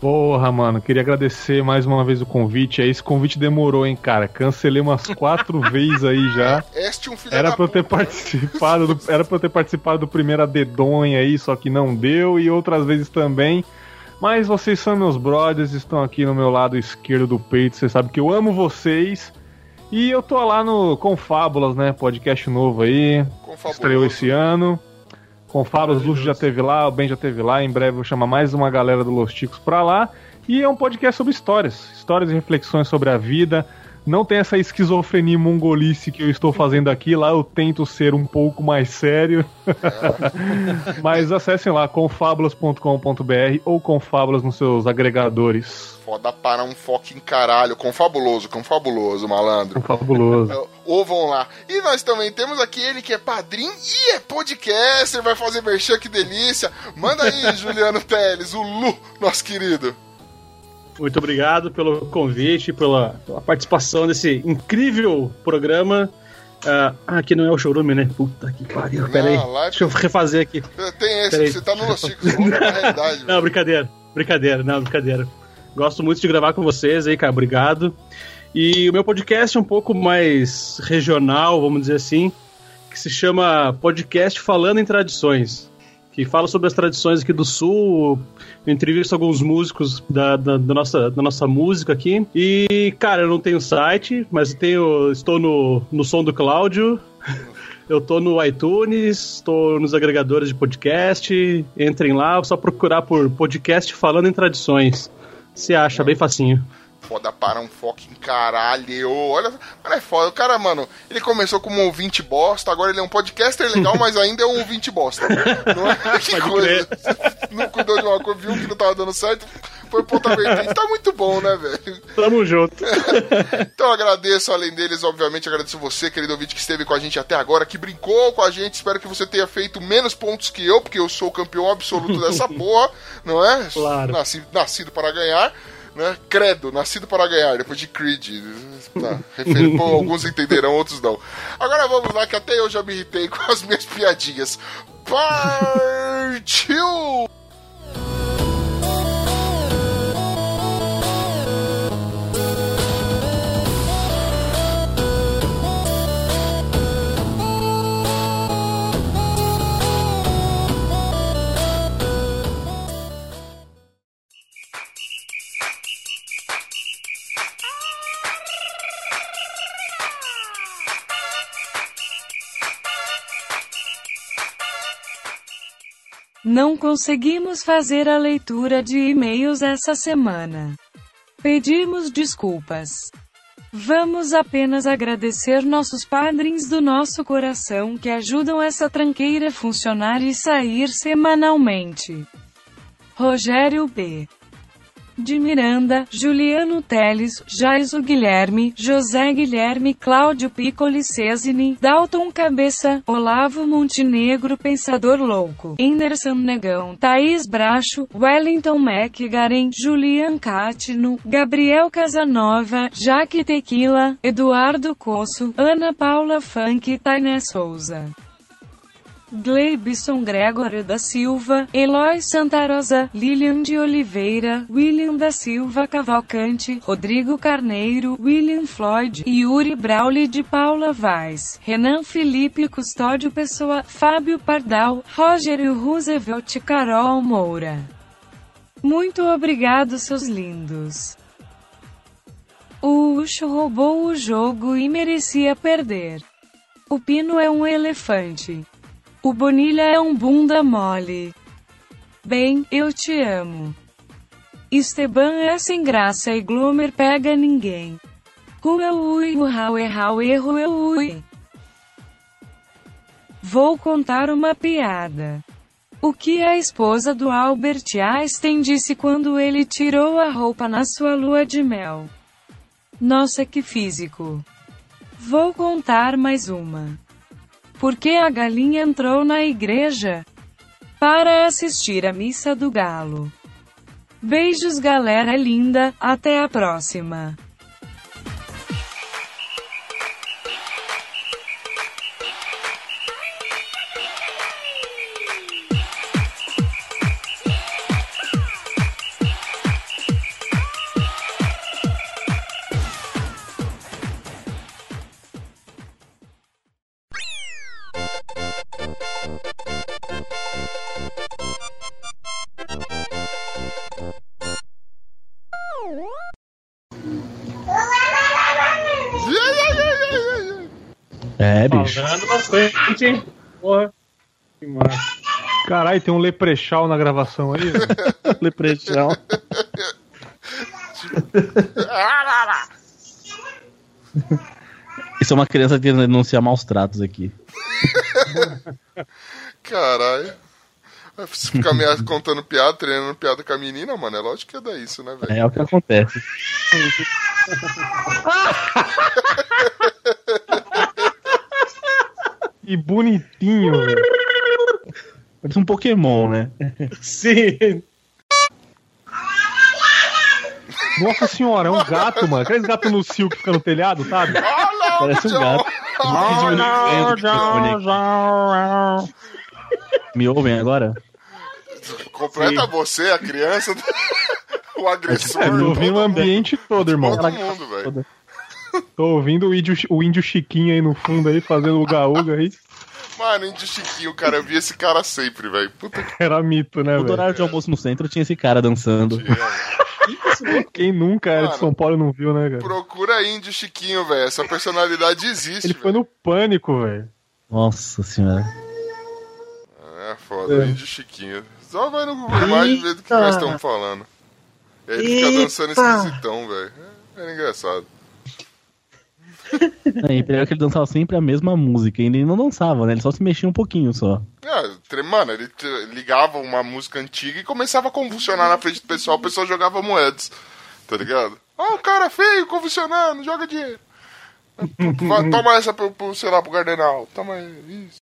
Porra, mano, queria agradecer mais uma vez o convite. Aí esse convite demorou, hein, cara. Cancelei umas quatro vezes aí já. Este um filho Era da pra eu ter puta. participado, do, era pra eu ter participado do primeiro Adedonha aí, só que não deu, e outras vezes também. Mas vocês são meus brothers, estão aqui no meu lado esquerdo do peito, vocês sabem que eu amo vocês. E eu tô lá no Confábulas, né? Podcast novo aí, Confabuloso. estreou esse ano. Confábulas, Luxo já teve lá, o Ben já teve lá, em breve eu vou chamar mais uma galera do Los Ticos pra lá. E é um podcast sobre histórias, histórias e reflexões sobre a vida, Não tem essa esquizofrenia mongolice que eu estou fazendo aqui. Lá eu tento ser um pouco mais sério. Mas acessem lá confabulas.com.br ou confabulas nos seus agregadores. Foda para um fucking caralho. Confabuloso, confabuloso, malandro. Confabuloso. Ou vão Então, lá. E nós também temos aqui ele que é padrinho e é podcaster, vai fazer merchan, que delícia. Manda aí, Juliano Teles, o Lu, nosso querido. Muito obrigado pelo convite, pela, pela participação nesse incrível programa. Ah, ah, aqui não é o showroom, né? Puta que pariu, peraí. Não, lá é- Deixa eu refazer aqui. Tem esse, Peraí. você tá no Los Chicos, você volta pra realidade. Não, brincadeira, brincadeira, não, brincadeira. Gosto muito de gravar com vocês aí, cara, obrigado. E o meu podcast é um pouco mais regional, vamos dizer assim, que se chama Podcast Falando em Tradições, que fala sobre as tradições aqui do Sul, eu entrevisto alguns músicos da, da- da nossa, da nossa música aqui. E, cara, eu não tenho site, mas eu tenho, estou no, no Som do Cláudio, eu tô no iTunes, estou nos agregadores de podcast. Entrem lá, é só procurar por podcast falando em tradições. Você acha bem facinho. Foda para um fucking caralho. Olha, cara, é foda. O cara, mano, ele começou como um ouvinte bosta, agora ele é um podcaster legal, mas ainda é um ouvinte bosta. Não é? Que coisa. Não cuidou de uma coisa, viu que não tava dando certo, foi ponta vertente. Tá muito bom, né, velho? Tamo junto. Então eu agradeço, além deles, obviamente, agradeço você, querido ouvinte, que esteve com a gente até agora, que brincou com a gente. Espero que você tenha feito menos pontos que eu, porque eu sou o campeão absoluto dessa porra, não é? Claro. Nasci- nascido para ganhar. Né? Credo, nascido para ganhar, depois de Creed. Tá, refer- Bom, alguns entenderão, outros não. Agora vamos lá, que até eu já me irritei com as minhas piadinhas. Partiu! Não conseguimos fazer a leitura de e-mails essa semana. Pedimos desculpas. Vamos apenas agradecer nossos padrinhos do nosso coração que ajudam essa tranqueira funcionar e sair semanalmente. Rogério B. De Miranda, Juliano Teles, Jaiso Guilherme, José Guilherme, Cláudio Piccoli Cesini, Dalton Cabeça, Olavo Montenegro, Pensador Louco, Anderson Negão, Thaís Bracho, Wellington McGaren, Julian Catino, Gabriel Casanova, Jaque Tequila, Eduardo Coço, Ana Paula Funk, Tainé Souza. Gleibson Gregório da Silva, Eloy Santarosa, Lilian de Oliveira, William da Silva Cavalcante, Rodrigo Carneiro, William Floyd, Yuri Brauli de Paula Vaz, Renan Felipe Custódio Pessoa, Fábio Pardal, Rogério Roosevelt e Carol Moura. Muito obrigado, seus lindos. O Ucho roubou o jogo e merecia perder. O Pino é um elefante. O Bonilha é um bunda mole. Bem, eu te amo. Esteban é sem graça e Gloomer pega ninguém. é Huawei, Huawei, Huawei, Huawei. Vou contar uma piada. O que a esposa do Albert Einstein disse quando ele tirou a roupa na sua lua de mel? Nossa, é que físico. Vou contar mais uma. Por que a galinha entrou na igreja? Para assistir à missa do galo. Beijos, galera linda, até a próxima. É, bicho. Falando bastante, hein? Porra. Que massa. Caralho, tem um leprechal na gravação aí. né? velho. Ah, Leprechal. Isso é uma criança tentando denunciar maus tratos aqui. Caralho. Se ficar me contando piada, treinando piada com a menina, mano, é lógico que ia dar isso, né, velho? É o que acontece. E bonitinho, velho. Parece um Pokémon, né? Sim. Nossa senhora, é um gato, mano. Aqueles gatos no cio que fica no telhado, sabe? Parece um gato. é Me ouvem agora? Completa você, a criança, o agressor. É, me ouvindo o todo mundo, ambiente todo, irmão. todo mundo, velho. Tô ouvindo o índio, o índio Chiquinho aí no fundo aí, fazendo o gaúga aí. Mano, índio Chiquinho, cara, eu vi esse cara sempre, velho. Puta que Era mito, né, Todo velho? horário de almoço no centro tinha esse cara dançando. Quem nunca era de Mano. São Paulo e não viu, né, cara? Procura índio Chiquinho, velho. Essa personalidade existe, Ele foi velho. no pânico, velho. Nossa senhora. É foda, índio Chiquinho. Só vai no Google Imagens e vê do que nós estamos falando. E aí fica dançando esquisitão, velho. É, Era engraçado. É, e pior que ele dançava sempre a mesma música. E ele não dançava, né? Ele só se mexia um pouquinho só. É, tre- mano, ele tre- ligava uma música antiga e começava a convulsionar na frente do pessoal, o pessoal jogava moedas. Tá ligado? Ó, o cara feio convulsionando, joga dinheiro. Vai, Toma essa pro, pro, sei lá, pro Gardenal. Toma aí, isso.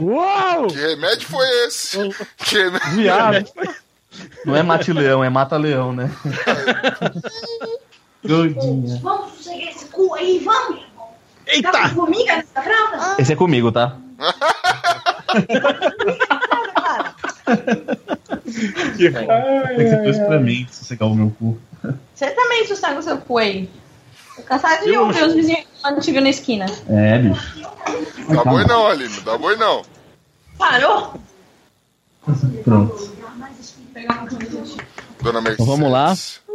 Uau! Que remédio foi esse? Que remédio? Viado! Não é mate-leão, é mata-leão, né? Doidinha. Vamos sossegar esse cu aí, vamos! Eita! Tá com formiga nessa fralda? Esse é comigo, tá? Tem É que ser coisa pra mim, se você o meu cu. Você também sossega o seu cu aí. Tô cansado de ouvir os vizinhos falando chegando na esquina. É, bicho. Dá boi não, Aline, dá boi não. Parou? Pronto. Dona Então Mercedes. vamos lá.